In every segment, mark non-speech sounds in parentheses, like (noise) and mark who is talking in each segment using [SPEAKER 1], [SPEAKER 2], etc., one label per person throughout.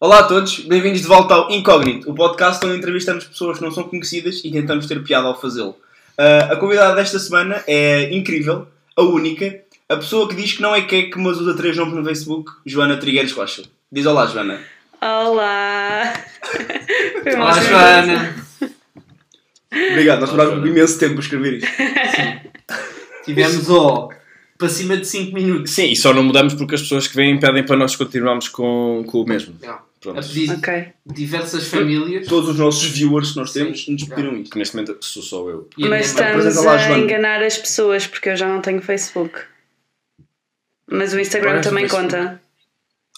[SPEAKER 1] Olá a todos, bem-vindos de volta ao Incógnito, o podcast onde entrevistamos pessoas que não são conhecidas e tentamos ter piada ao fazê-lo. Ah, a convidada desta semana é incrível, a única, a pessoa que diz que não é cake, mas usa três nomes no Facebook, Joana Trigueiros Rocha. Diz olá, Joana.
[SPEAKER 2] Olá! Foi uma
[SPEAKER 3] Olá,
[SPEAKER 2] surpresa.
[SPEAKER 3] Joana!
[SPEAKER 1] Obrigado, nós
[SPEAKER 3] Olá,
[SPEAKER 1] demorámos
[SPEAKER 3] Joana.
[SPEAKER 1] imenso tempo a escrever isto.
[SPEAKER 3] Tivemos, ó, para cima de 5 minutos.
[SPEAKER 4] Sim, e só não mudamos porque as pessoas que vêm pedem para nós continuarmos com, com o mesmo.
[SPEAKER 3] Não, a
[SPEAKER 4] Pronto.
[SPEAKER 3] pedir
[SPEAKER 2] Ok.
[SPEAKER 3] diversas famílias.
[SPEAKER 1] Todos os nossos viewers que nós temos
[SPEAKER 3] Sim,
[SPEAKER 1] nos pediram isto.
[SPEAKER 4] Que neste momento sou só eu.
[SPEAKER 3] E
[SPEAKER 2] Mas
[SPEAKER 3] a minha mãe-
[SPEAKER 2] estamos
[SPEAKER 1] Apresenta lá,
[SPEAKER 2] a
[SPEAKER 1] Joana.
[SPEAKER 2] enganar as pessoas porque eu já não tenho Facebook. Mas o Instagram
[SPEAKER 4] Agora
[SPEAKER 2] também
[SPEAKER 4] és do Facebook.
[SPEAKER 2] conta.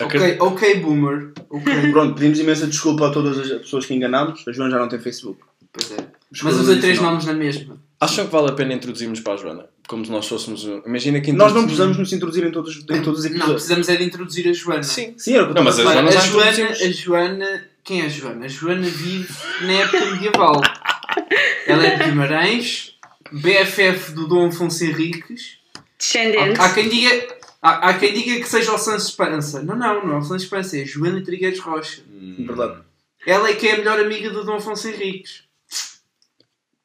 [SPEAKER 3] Ok, ok, boomer.
[SPEAKER 2] (laughs)
[SPEAKER 3] Ok.
[SPEAKER 1] Pronto, pedimos imensa desculpa a todas as pessoas que enganámos, a Joana já não tem Facebook.
[SPEAKER 3] Pois é. Mas
[SPEAKER 1] Desculpa,
[SPEAKER 3] usa três
[SPEAKER 1] não.
[SPEAKER 3] nomes na mesma.
[SPEAKER 4] Acham que vale a pena introduzirmos para a Joana? Como se nós fôssemos. um- Imagina que
[SPEAKER 1] Nós não
[SPEAKER 4] introduzimos-
[SPEAKER 1] precisamos nos introduzir em todos, em todos os
[SPEAKER 3] Não,
[SPEAKER 1] episódios.
[SPEAKER 3] precisamos é de introduzir a Joana.
[SPEAKER 4] Sim.
[SPEAKER 1] Sim, era o que eu
[SPEAKER 4] Não, mas
[SPEAKER 1] estava
[SPEAKER 3] Repara,
[SPEAKER 4] Joana
[SPEAKER 3] a,
[SPEAKER 4] já
[SPEAKER 3] Joana, a
[SPEAKER 4] introduzimos.
[SPEAKER 3] Joana. Quem é a Joana? A Joana vive na época
[SPEAKER 2] (laughs)
[SPEAKER 3] medieval. Ela é de Guimarães, BFF do Dom Afonso Henriques.
[SPEAKER 2] Descendente.
[SPEAKER 3] Há, há quem diga. Há, há quem diga que seja o Sans Pança. Não, não, não é o Sans Pança, é a Joana Trigueiros Rocha.
[SPEAKER 4] Hum.
[SPEAKER 1] Verdade.
[SPEAKER 3] Ela é que é a melhor amiga do Dom Afonso Henriques.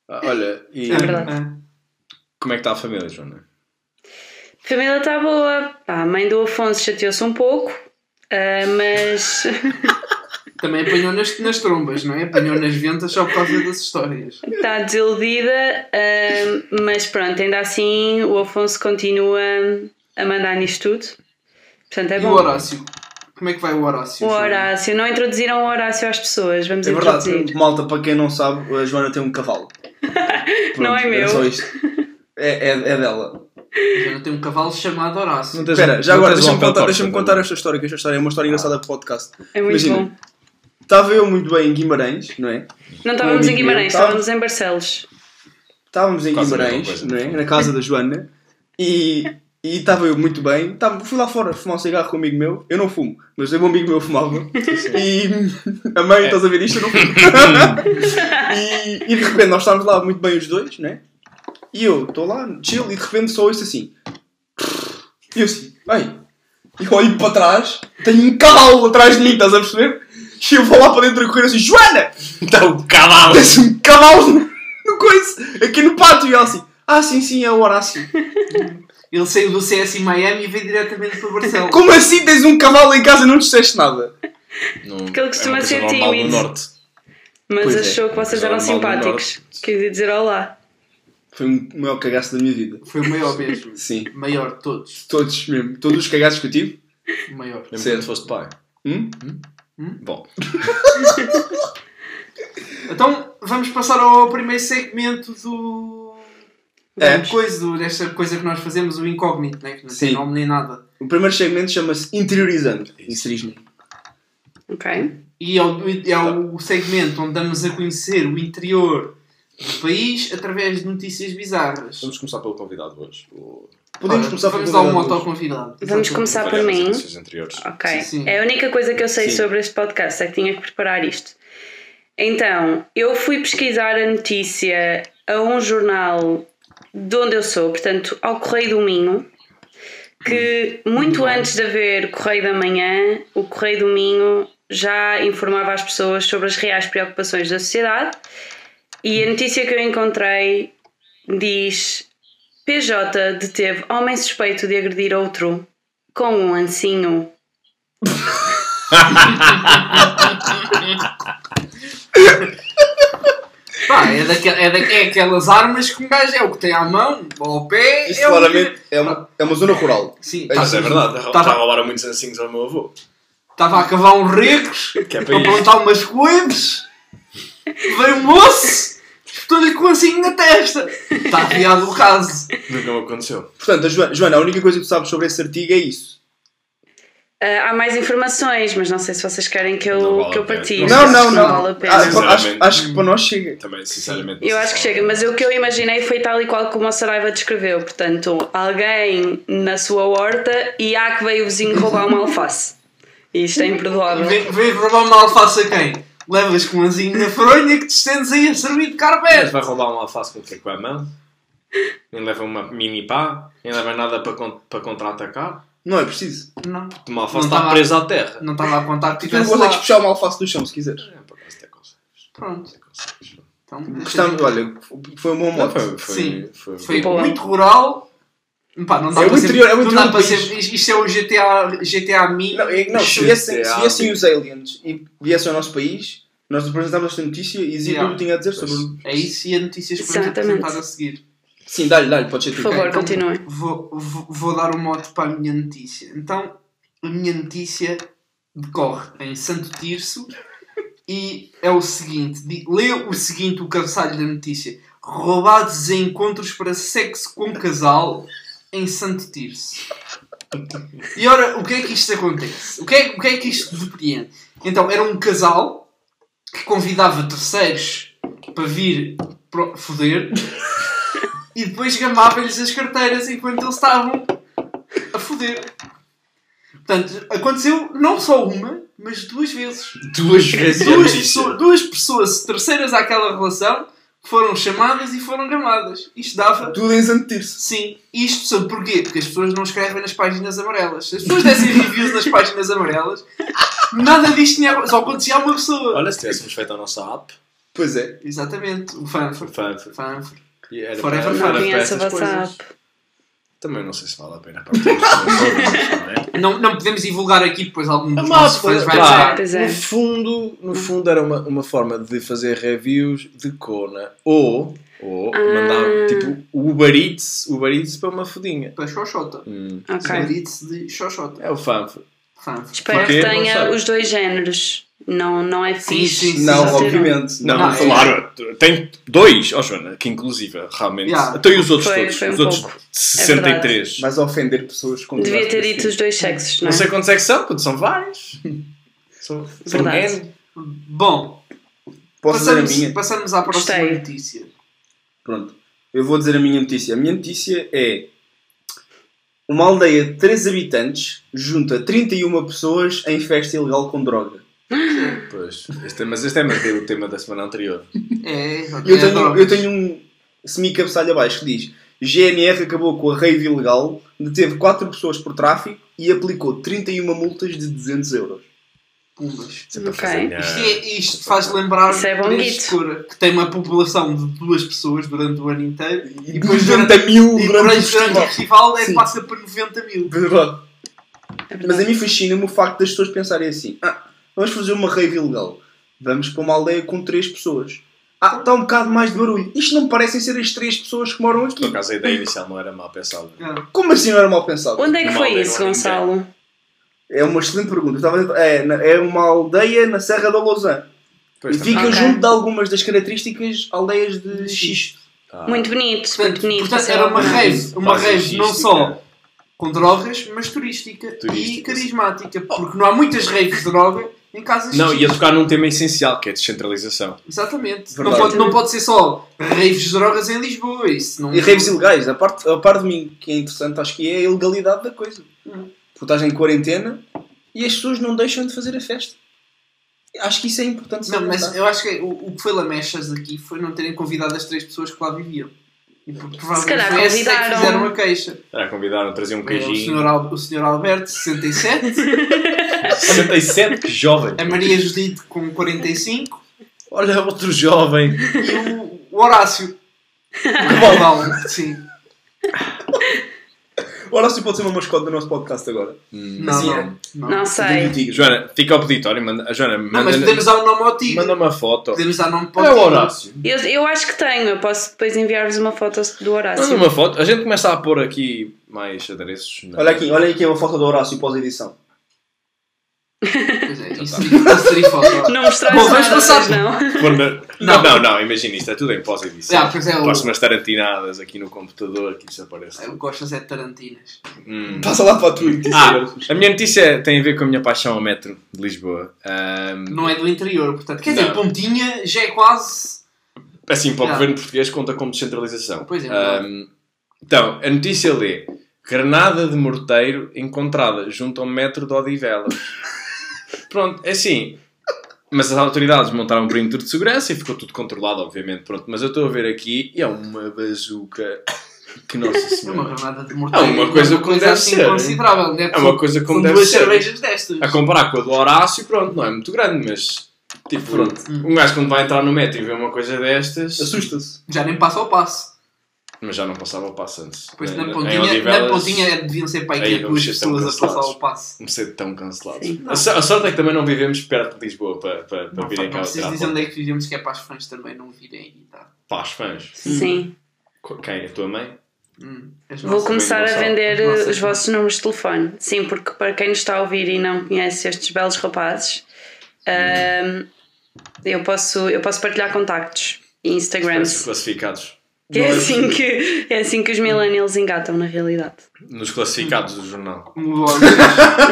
[SPEAKER 4] Ah, olha, e
[SPEAKER 2] É verdade.
[SPEAKER 3] Ah,
[SPEAKER 4] como é que está a família, Joana?
[SPEAKER 2] Família está boa. Pá, a mãe do Afonso chateou-se um pouco, ah, mas. (laughs)
[SPEAKER 3] Também apanhou nas, nas trombas, não é? Apanhou nas ventas só por causa das histórias.
[SPEAKER 2] Está tá desiludida, ahm, mas pronto, ainda assim o Afonso continua a mandar nisto tudo. Portanto, é
[SPEAKER 3] E o
[SPEAKER 2] bom.
[SPEAKER 3] Horácio? Como é que vai o Horácio?
[SPEAKER 2] O
[SPEAKER 3] Joana?
[SPEAKER 2] Horácio, não introduziram o Horácio às pessoas, vamos
[SPEAKER 1] É verdade,
[SPEAKER 2] introduzir.
[SPEAKER 1] malta, para quem não sabe, a Joana tem um cavalo.
[SPEAKER 4] (laughs)
[SPEAKER 1] Pronto,
[SPEAKER 2] Não é
[SPEAKER 1] era
[SPEAKER 2] meu.
[SPEAKER 1] só isto. É, é, é dela.
[SPEAKER 3] A Joana tem um cavalo chamado Horácio.
[SPEAKER 4] tens-
[SPEAKER 1] Espera, já
[SPEAKER 4] não
[SPEAKER 1] agora,
[SPEAKER 4] tens
[SPEAKER 1] deixa-me
[SPEAKER 4] um pelo
[SPEAKER 1] contar,
[SPEAKER 4] torto,
[SPEAKER 1] deixa
[SPEAKER 4] Joana.
[SPEAKER 1] contar esta história, que esta história é uma história engraçada para o podcast.
[SPEAKER 2] É muito
[SPEAKER 1] Imagina.
[SPEAKER 2] bom.
[SPEAKER 1] Estava eu muito bem em Guimarães, não é?
[SPEAKER 2] Não
[SPEAKER 1] Um
[SPEAKER 2] estávamos
[SPEAKER 1] amigo
[SPEAKER 2] em Guimarães,
[SPEAKER 1] meu,
[SPEAKER 2] estávamos em Barcelos.
[SPEAKER 1] Estávamos em
[SPEAKER 4] Quase a mesma
[SPEAKER 1] Guimarães,
[SPEAKER 4] coisa.
[SPEAKER 1] não é? Na casa da Joana. E e estava eu muito bem. Estava- fui lá fora fumar um cigarro com um amigo meu. Eu não fumo, mas um amigo meu fumava. E a
[SPEAKER 4] É.
[SPEAKER 1] mãe, estás a ver isto? Eu não
[SPEAKER 4] (laughs)
[SPEAKER 1] fumo. e, e de repente nós estávamos lá muito bem os dois, não é? E eu estou lá, chill, e de repente só ouço assim. E eu assim, ai. E eu olho para trás, tenho um cavalo atrás de mim, estás a perceber? E eu vou lá para dentro e correr assim, Joana!
[SPEAKER 4] Está o cavalo!
[SPEAKER 1] Tens um cavalo no, no coice, aqui no pátio. E ela assim, ah sim, sim, é o Horácio.
[SPEAKER 3] Ele saiu do CS em Miami e veio diretamente para
[SPEAKER 1] (laughs)
[SPEAKER 3] Barcelona.
[SPEAKER 1] Como assim tens um cavalo em casa e não disseste nada?
[SPEAKER 4] Não,
[SPEAKER 2] Porque ele costuma
[SPEAKER 4] é uma coisa
[SPEAKER 2] ser
[SPEAKER 4] normal
[SPEAKER 2] tímido.
[SPEAKER 4] do norte.
[SPEAKER 2] Mas
[SPEAKER 1] Pois é,
[SPEAKER 2] achou que vocês
[SPEAKER 4] mas era
[SPEAKER 2] eram
[SPEAKER 4] mal do
[SPEAKER 2] simpáticos.
[SPEAKER 4] norte.
[SPEAKER 2] Queria dizer olá.
[SPEAKER 1] Foi o maior cagaço da minha vida.
[SPEAKER 3] Foi o maior mesmo.
[SPEAKER 1] Sim,
[SPEAKER 3] Maior de todos.
[SPEAKER 1] todos mesmo. Todos os cagaços que eu tive.
[SPEAKER 3] O maior.
[SPEAKER 4] Mesmo
[SPEAKER 1] Certo.
[SPEAKER 4] quando foste pai.
[SPEAKER 1] Hum?
[SPEAKER 4] Bom,
[SPEAKER 3] Então vamos passar ao primeiro segmento do.
[SPEAKER 1] É.
[SPEAKER 3] do Coisa, do- desta coisa que nós fazemos, o incógnito, né? que não
[SPEAKER 1] Sim.
[SPEAKER 3] tem nome nem nada.
[SPEAKER 1] O primeiro segmento chama-se Interiorizando. Inserismo.
[SPEAKER 2] Ok?
[SPEAKER 3] E é o, é o segmento onde damos a conhecer o interior do país através de notícias bizarras.
[SPEAKER 4] vamos começar pelo convidado hoje. O...
[SPEAKER 1] Podemos
[SPEAKER 3] Ora,
[SPEAKER 1] começar
[SPEAKER 3] Vamos
[SPEAKER 1] por
[SPEAKER 3] dar um autoconvidado.
[SPEAKER 2] Vamos começar Tá por
[SPEAKER 4] Falhámos
[SPEAKER 2] mim.
[SPEAKER 4] as edições anteriores.
[SPEAKER 1] Ah,
[SPEAKER 2] Ok.
[SPEAKER 3] Sim, sim.
[SPEAKER 2] É a única coisa que eu sei
[SPEAKER 1] Sim.
[SPEAKER 2] sobre este podcast, é que tinha que preparar isto. Então, eu fui pesquisar a notícia a um jornal de onde eu sou, portanto, ao Correio do Minho, que
[SPEAKER 3] Hum.
[SPEAKER 2] muito antes de haver Correio da Manhã, o Correio do Minho já informava as pessoas sobre as reais preocupações da sociedade. E a notícia que eu encontrei diz: PJ deteve homem suspeito de agredir outro com um ancinho.
[SPEAKER 3] Pá, é, daquel, é, daque- é aquelas armas que um gajo é o que tem à mão, ou ao pé.
[SPEAKER 1] Isto
[SPEAKER 3] é o que-
[SPEAKER 1] claramente é uma, é uma zona rural.
[SPEAKER 3] Sim,
[SPEAKER 1] Mas
[SPEAKER 4] Mas é verdade,
[SPEAKER 1] Tá.
[SPEAKER 4] estava a
[SPEAKER 3] Estava
[SPEAKER 4] roubar muitos ancinhos ao meu avô.
[SPEAKER 3] estava a cavar uns regos,
[SPEAKER 4] (laughs) Que é
[SPEAKER 3] a
[SPEAKER 4] para isto.
[SPEAKER 3] plantar umas coisas. Veio um moço, estou-lhe com um assim na testa. Está afiado o caso.
[SPEAKER 4] Nunca me aconteceu.
[SPEAKER 1] Portanto, a Joana, Joana, a única coisa que tu sabes sobre esse artigo é isso.
[SPEAKER 2] Ah, há mais informações, mas não sei se vocês querem que eu,
[SPEAKER 4] Não vale
[SPEAKER 2] que eu
[SPEAKER 4] a pena.
[SPEAKER 2] partilhe.
[SPEAKER 4] Isso
[SPEAKER 1] Não,
[SPEAKER 2] acho
[SPEAKER 1] não,
[SPEAKER 2] que
[SPEAKER 1] não.
[SPEAKER 2] vale a pena.
[SPEAKER 1] Ah, pá, acho,
[SPEAKER 4] Sinceramente.
[SPEAKER 1] acho que para nós chega.
[SPEAKER 4] Também, sinceramente. não
[SPEAKER 2] Eu
[SPEAKER 4] sei
[SPEAKER 2] acho
[SPEAKER 4] se
[SPEAKER 2] que chega, mas o que eu imaginei foi tal e qual como a Saraiva descreveu. Portanto, alguém na sua horta e há que veio o vizinho roubar uma alface. Isto é imperdoável.
[SPEAKER 3] Vem, vem roubar uma alface a quem? Levas com um anzinho na fronha que te estendes aí a servir de
[SPEAKER 4] Mas
[SPEAKER 3] carpete.
[SPEAKER 4] vai roubar um alface com o quê? Com a mão? Nem leva uma mini pá? Nem leva nada para, con- para contra-atacar?
[SPEAKER 1] Não é preciso. Então
[SPEAKER 3] Não.
[SPEAKER 5] Uma
[SPEAKER 3] Não
[SPEAKER 5] alface está
[SPEAKER 3] tava-
[SPEAKER 5] presa à terra.
[SPEAKER 3] Não estava a contar que
[SPEAKER 1] Tu
[SPEAKER 4] Então
[SPEAKER 1] não
[SPEAKER 3] tivesse lá.
[SPEAKER 1] consegues puxar uma alface do chão se quiseres.
[SPEAKER 5] É, por acaso até consegues.
[SPEAKER 3] Pronto.
[SPEAKER 5] Até consegues.
[SPEAKER 3] Então,
[SPEAKER 1] Gostamos, olha, foi um bom
[SPEAKER 5] Não,
[SPEAKER 1] mote.
[SPEAKER 5] Foi, foi,
[SPEAKER 3] Sim.
[SPEAKER 5] foi,
[SPEAKER 3] Foi
[SPEAKER 2] Boa.
[SPEAKER 3] muito rural. Pá, não dá
[SPEAKER 1] É o
[SPEAKER 3] para ser-
[SPEAKER 1] interior- é o
[SPEAKER 3] não
[SPEAKER 1] interior
[SPEAKER 3] dá
[SPEAKER 1] do
[SPEAKER 3] para
[SPEAKER 1] país.
[SPEAKER 3] ser. Isto é o GTA, GTA Mini.
[SPEAKER 1] Não, é que não, se viessem, se viessem os aliens e viessem ao nosso país, nós apresentávamos esta notícia e dizia
[SPEAKER 3] Yeah.
[SPEAKER 1] tudo o que tinha a dizer sobre.
[SPEAKER 3] É isso e a notícia que vamos
[SPEAKER 2] Exatamente.
[SPEAKER 3] apresentar a seguir.
[SPEAKER 1] Sim, dá-lhe, dá-lhe, pode ser
[SPEAKER 2] Por
[SPEAKER 1] tu.
[SPEAKER 2] favor,
[SPEAKER 3] então-
[SPEAKER 2] continuem.
[SPEAKER 3] Vou, vou, vou dar um mote para a minha notícia. Então, a minha notícia decorre em Santo Tirso e é o seguinte: di- lê o seguinte, o cabeçalho da notícia: Roubados em encontros para sexo com casal em Santo Tirso. E ora, o que é que isto acontece? O que é, o que, é que isto depreende? Então, era um casal que convidava terceiros para vir pro- foder e depois gamava-lhes as carteiras enquanto eles estavam a foder. Portanto, aconteceu não só uma, mas duas vezes.
[SPEAKER 5] Duas
[SPEAKER 4] é
[SPEAKER 5] vezes. a
[SPEAKER 3] Duas
[SPEAKER 5] notícia.
[SPEAKER 3] pessoas, duas pessoas terceiras àquela relação foram chamadas e foram gamadas. Isto dava.
[SPEAKER 1] Tudo em Santir-se.
[SPEAKER 3] Sim, isto sabe porquê? Porque as pessoas não escrevem nas páginas amarelas. Se as pessoas dessem reviews nas páginas amarelas, nada disto tinha. Só acontecia a uma pessoa.
[SPEAKER 5] Olha, se tivéssemos feito a nossa app,
[SPEAKER 1] Pois é.
[SPEAKER 3] Exatamente, o fanfare.
[SPEAKER 5] foi-
[SPEAKER 3] O
[SPEAKER 5] foi-
[SPEAKER 3] fanfare.
[SPEAKER 5] e era
[SPEAKER 3] Forever
[SPEAKER 5] para-
[SPEAKER 3] Não,
[SPEAKER 5] era
[SPEAKER 2] Não
[SPEAKER 5] para
[SPEAKER 2] conheço a
[SPEAKER 5] essas
[SPEAKER 2] vossa
[SPEAKER 5] coisas.
[SPEAKER 2] app.
[SPEAKER 5] Também não sei se vale a pena para todos, não é?
[SPEAKER 3] Não, não podemos divulgar aqui depois algum
[SPEAKER 5] É
[SPEAKER 3] dos
[SPEAKER 5] uma
[SPEAKER 3] nossos
[SPEAKER 5] app,
[SPEAKER 3] fãs vai
[SPEAKER 5] pá.
[SPEAKER 3] achar.
[SPEAKER 2] Pois é.
[SPEAKER 4] No fundo, no fundo era uma, uma forma de fazer reviews de Kona ou, ou
[SPEAKER 2] Ah.
[SPEAKER 4] mandar tipo o Uber Eats, Uber Eats para uma fodinha.
[SPEAKER 3] Para Xoxota.
[SPEAKER 4] Hum,
[SPEAKER 2] Ok.
[SPEAKER 3] Zeditz de Xoxota.
[SPEAKER 4] É o fanfare.
[SPEAKER 3] Fanfare.
[SPEAKER 2] Espero
[SPEAKER 4] Porquê?
[SPEAKER 2] que
[SPEAKER 4] Não
[SPEAKER 2] tenha
[SPEAKER 4] sei.
[SPEAKER 2] os dois géneros. Não, não é
[SPEAKER 3] Sim,
[SPEAKER 2] fixe.
[SPEAKER 3] sim, sim.
[SPEAKER 1] Não,
[SPEAKER 2] Sim.
[SPEAKER 1] obviamente.
[SPEAKER 4] Não,
[SPEAKER 3] Não, é-
[SPEAKER 4] claro, tem dois, ó Joana, que inclusive, realmente.
[SPEAKER 3] Yeah.
[SPEAKER 4] Até e os outros
[SPEAKER 2] Foi-
[SPEAKER 4] todos,
[SPEAKER 2] foi um
[SPEAKER 4] os outros
[SPEAKER 2] pouco.
[SPEAKER 4] 63.
[SPEAKER 1] Mas ofender pessoas com assim.
[SPEAKER 2] Devia ter
[SPEAKER 1] diversos
[SPEAKER 2] dito os dois sexos, não
[SPEAKER 4] não
[SPEAKER 2] é?
[SPEAKER 4] sei quantos é que são, porque são vários. (laughs) São, são
[SPEAKER 2] Verdade.
[SPEAKER 4] N.
[SPEAKER 3] Bom,
[SPEAKER 1] Posso dizer a
[SPEAKER 3] passamos,
[SPEAKER 1] minha?
[SPEAKER 3] passamos à próxima
[SPEAKER 2] Gostei.
[SPEAKER 3] notícia.
[SPEAKER 1] Pronto. Eu vou dizer a minha notícia. A minha notícia é uma aldeia de 3 habitantes junta 31 pessoas em festa ilegal com droga.
[SPEAKER 4] Pois, este é- mas este é manter o tema da semana anterior.
[SPEAKER 3] É, exato.
[SPEAKER 1] Eu
[SPEAKER 3] É
[SPEAKER 1] tenho,
[SPEAKER 3] drogas.
[SPEAKER 1] eu tenho um semi-cabeçalho abaixo que diz GNR acabou com a rave ilegal, deteve 4 pessoas por tráfico e aplicou 31 multas de 200 euros.
[SPEAKER 3] Pumbas.
[SPEAKER 4] Sempre a
[SPEAKER 2] Ok.
[SPEAKER 4] fazer minha-
[SPEAKER 3] Isto, é, isto faz lembrar
[SPEAKER 2] Isso é bom
[SPEAKER 3] Três
[SPEAKER 2] guito.
[SPEAKER 3] Cura, que tem uma população de duas pessoas durante o ano inteiro
[SPEAKER 1] E,
[SPEAKER 3] depois
[SPEAKER 1] depois 90 mil durante o
[SPEAKER 3] e durante, durante o
[SPEAKER 1] Um festival.
[SPEAKER 3] festival é,
[SPEAKER 1] Sim.
[SPEAKER 3] passa para 90 mil.
[SPEAKER 1] Verdade.
[SPEAKER 2] É
[SPEAKER 1] Mas a
[SPEAKER 2] verdade.
[SPEAKER 1] mim fascina-me o facto das pessoas pensarem assim: ah, vamos fazer uma rave ilegal. Vamos para uma aldeia com três pessoas. Ah, está um bocado mais de barulho. Isto não me parecem ser as três pessoas que moram
[SPEAKER 4] Por
[SPEAKER 1] aqui.
[SPEAKER 4] acaso a ideia inicial não era mal pensada.
[SPEAKER 3] É.
[SPEAKER 1] Como assim não era mal pensado?
[SPEAKER 2] Onde é que
[SPEAKER 4] Numa
[SPEAKER 2] foi
[SPEAKER 4] aldeia
[SPEAKER 2] isso,
[SPEAKER 4] não há
[SPEAKER 2] Gonçalo?
[SPEAKER 1] É uma excelente pergunta. Eu estava a dizer- É, na- é uma aldeia na Serra da Lousã.
[SPEAKER 4] Pois
[SPEAKER 1] e
[SPEAKER 4] também.
[SPEAKER 1] fica
[SPEAKER 2] Ok.
[SPEAKER 1] junto de algumas das características aldeias de Xisto.
[SPEAKER 4] Ah.
[SPEAKER 2] Muito bonito, muito
[SPEAKER 3] Portanto,
[SPEAKER 2] bonito. é
[SPEAKER 3] portanto,
[SPEAKER 2] essa
[SPEAKER 3] era uma
[SPEAKER 2] obra.
[SPEAKER 3] rave, uma
[SPEAKER 4] Fazem
[SPEAKER 3] rave não
[SPEAKER 4] logística.
[SPEAKER 3] só com drogas, mas turística, e
[SPEAKER 4] Turística,
[SPEAKER 3] carismática, porque não há muitas raves de droga em casas
[SPEAKER 4] Não,
[SPEAKER 3] chiques.
[SPEAKER 4] ia tocar num tema essencial que é a descentralização.
[SPEAKER 3] Exatamente. Não
[SPEAKER 1] Verdade.
[SPEAKER 3] pode, não pode ser só raves de drogas em Lisboa. Isso não...
[SPEAKER 1] E raves ilegais. A parte, a parte de mim que é interessante, acho que é a ilegalidade da coisa.
[SPEAKER 3] Hum.
[SPEAKER 1] Tu estás em quarentena e as pessoas não deixam de fazer a festa. Acho que isso é importante.
[SPEAKER 3] Não, mas
[SPEAKER 1] salientar.
[SPEAKER 3] eu acho que é, o, o que foi lamechas aqui foi não terem convidado as três pessoas que lá viviam. E por- provavelmente
[SPEAKER 2] calhar
[SPEAKER 3] foi essas é que
[SPEAKER 2] convidaram.
[SPEAKER 3] fizeram a queixa.
[SPEAKER 4] Ah, convidaram, traziam um
[SPEAKER 3] É, O
[SPEAKER 4] queijinho. (laughs)
[SPEAKER 3] senhor, Al- o senhor Alberto, 67.
[SPEAKER 4] 67, que jovem!
[SPEAKER 3] a Maria Judite, com 45.
[SPEAKER 4] Olha, outro jovem!
[SPEAKER 3] E o, o Horácio.
[SPEAKER 2] (laughs)
[SPEAKER 3] O Cavalo. Sim.
[SPEAKER 1] O Horácio pode ser uma mascote do nosso podcast agora.
[SPEAKER 3] Não,
[SPEAKER 1] Sim,
[SPEAKER 3] não. não.
[SPEAKER 2] Não sei.
[SPEAKER 1] Digo, João,
[SPEAKER 4] Joana, fica ao peditório, manda, a Joana,
[SPEAKER 3] Não, mas podemos
[SPEAKER 4] manda,
[SPEAKER 3] dar o nome ao Tigre.
[SPEAKER 4] manda uma foto.
[SPEAKER 3] Podemos dar nome para
[SPEAKER 4] É o
[SPEAKER 3] Tigre.
[SPEAKER 4] Horácio.
[SPEAKER 2] Eu, eu acho que tenho, eu posso depois enviar-vos uma foto do
[SPEAKER 4] Manda
[SPEAKER 3] Assim.
[SPEAKER 2] Horácio.
[SPEAKER 4] uma foto. A gente começa a pôr aqui mais adereços. é? na-
[SPEAKER 1] Olha aqui, olha aqui uma foto do Horácio pós-edição.
[SPEAKER 3] Pois é, isso isso seria foto.
[SPEAKER 2] Não mostraste
[SPEAKER 3] Bom, vamos
[SPEAKER 2] nada,
[SPEAKER 3] passar. Hum.
[SPEAKER 2] mas não.
[SPEAKER 4] Quando- Não,
[SPEAKER 3] Não.
[SPEAKER 4] não, não, imagina isto, é tudo em pós-edição.
[SPEAKER 3] Ah, pois é, o-
[SPEAKER 4] Faço umas tarantinadas aqui no computador que desaparece.
[SPEAKER 3] Eu gosto das é de Tarantinas.
[SPEAKER 4] Hum.
[SPEAKER 1] Passa lá para a tua notícia.
[SPEAKER 4] Ah,
[SPEAKER 1] Horácio.
[SPEAKER 4] a minha notícia tem a ver com a minha paixão ao metro de Lisboa. Ahm,
[SPEAKER 3] Não é do interior, portanto. Quer dizer,
[SPEAKER 4] Não.
[SPEAKER 3] Pontinha já é quase.
[SPEAKER 4] assim, para o
[SPEAKER 3] Já.
[SPEAKER 4] governo português conta como descentralização.
[SPEAKER 3] Pois é,
[SPEAKER 4] Ahm, então, a notícia lê: Granada de morteiro encontrada junto ao metro de
[SPEAKER 3] (laughs)
[SPEAKER 4] Odivelas. Pronto, é assim. Mas as autoridades montaram um perímetro de segurança e ficou tudo controlado, obviamente. Pronto, mas eu estou a ver aqui e é uma bazuca (laughs) Que nossa
[SPEAKER 3] (laughs) É uma
[SPEAKER 4] senhora.
[SPEAKER 3] granada de morteiro.
[SPEAKER 4] É uma coisa como deve ser, hein?
[SPEAKER 3] considerável, né?
[SPEAKER 4] É uma coisa como
[SPEAKER 3] São
[SPEAKER 4] deve
[SPEAKER 3] duas
[SPEAKER 4] ser.
[SPEAKER 3] cervejas destas.
[SPEAKER 4] A comparar com a do Horácio, pronto, não é muito grande, mas. Tipo, pronto. Um gajo quando vai entrar no metro e vê uma coisa destas.
[SPEAKER 1] Assusta-se.
[SPEAKER 3] Já nem passa ao passo.
[SPEAKER 4] Mas já não passava o passo antes.
[SPEAKER 3] Pois
[SPEAKER 4] Em-
[SPEAKER 3] na
[SPEAKER 4] em
[SPEAKER 3] pontinha, na
[SPEAKER 4] Odivelas,
[SPEAKER 3] pontinha é- deviam ser para
[SPEAKER 4] é Aí
[SPEAKER 3] aí duas
[SPEAKER 4] vocês estão
[SPEAKER 3] pessoas a passar
[SPEAKER 4] cancelados.
[SPEAKER 3] ao passo.
[SPEAKER 4] Comecei tão cancelado.
[SPEAKER 2] Sim.
[SPEAKER 4] A, so- a sorte é que também não vivemos perto de Lisboa para, para, para
[SPEAKER 3] Não,
[SPEAKER 4] virem
[SPEAKER 3] não
[SPEAKER 4] cá
[SPEAKER 3] preciso
[SPEAKER 4] tirar
[SPEAKER 3] dizer
[SPEAKER 4] foto.
[SPEAKER 3] onde é que vivemos, que é para os fãs também não virem e tá.
[SPEAKER 4] Pá, os fãs.
[SPEAKER 2] Sim.
[SPEAKER 4] Co- Quem? A tua mãe?
[SPEAKER 3] Hum, as
[SPEAKER 2] Vou
[SPEAKER 3] nossas-
[SPEAKER 2] começar a
[SPEAKER 4] nossa-
[SPEAKER 2] vender
[SPEAKER 3] nossa-
[SPEAKER 2] eh, os vossos números de telefone. Sim, porque para quem nos está a ouvir e não conhece estes belos rapazes, ahm, eu, posso, eu posso partilhar contactos e
[SPEAKER 4] Parece
[SPEAKER 2] Instagrams.
[SPEAKER 4] classificados.
[SPEAKER 2] É assim, que, é assim que os millennials engatam, na realidade.
[SPEAKER 4] Nos classificados do jornal.
[SPEAKER 3] Um OLX.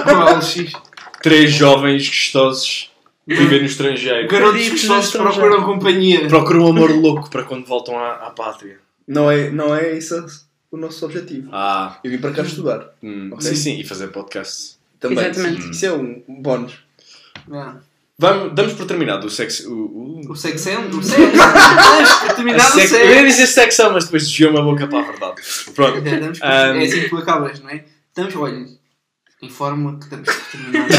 [SPEAKER 3] Com o
[SPEAKER 4] (laughs)
[SPEAKER 3] OLX.
[SPEAKER 4] Três jovens gostosos vivem no estrangeiro.
[SPEAKER 3] Garotos
[SPEAKER 2] Perdidos
[SPEAKER 3] que
[SPEAKER 2] no
[SPEAKER 3] só se procuram companhia.
[SPEAKER 4] Procuram um amor louco para quando voltam à, à pátria.
[SPEAKER 1] Não é, não é esse o nosso objetivo.
[SPEAKER 4] Ah,
[SPEAKER 1] Eu vim para cá estudar.
[SPEAKER 4] hum,
[SPEAKER 1] Ok.
[SPEAKER 4] sim, sim, e fazer podcast.
[SPEAKER 1] Também.
[SPEAKER 2] Exatamente.
[SPEAKER 1] Isso é um bónus.
[SPEAKER 3] Não.
[SPEAKER 4] Vamos, damos por terminado o sexo. O, o-
[SPEAKER 3] Ah, O sexo é um, o sexo.
[SPEAKER 4] (laughs)
[SPEAKER 3] Mas,
[SPEAKER 4] a
[SPEAKER 3] Terminado o
[SPEAKER 4] sec- Eu ia
[SPEAKER 3] sexo.
[SPEAKER 4] dizer sexão, mas depois desviou-me a boca para a verdade. Pronto.
[SPEAKER 3] É, damos por-
[SPEAKER 4] Ah.
[SPEAKER 3] é assim que tu acabas, não é? Estamos, olha, informa que estamos por terminar. (laughs)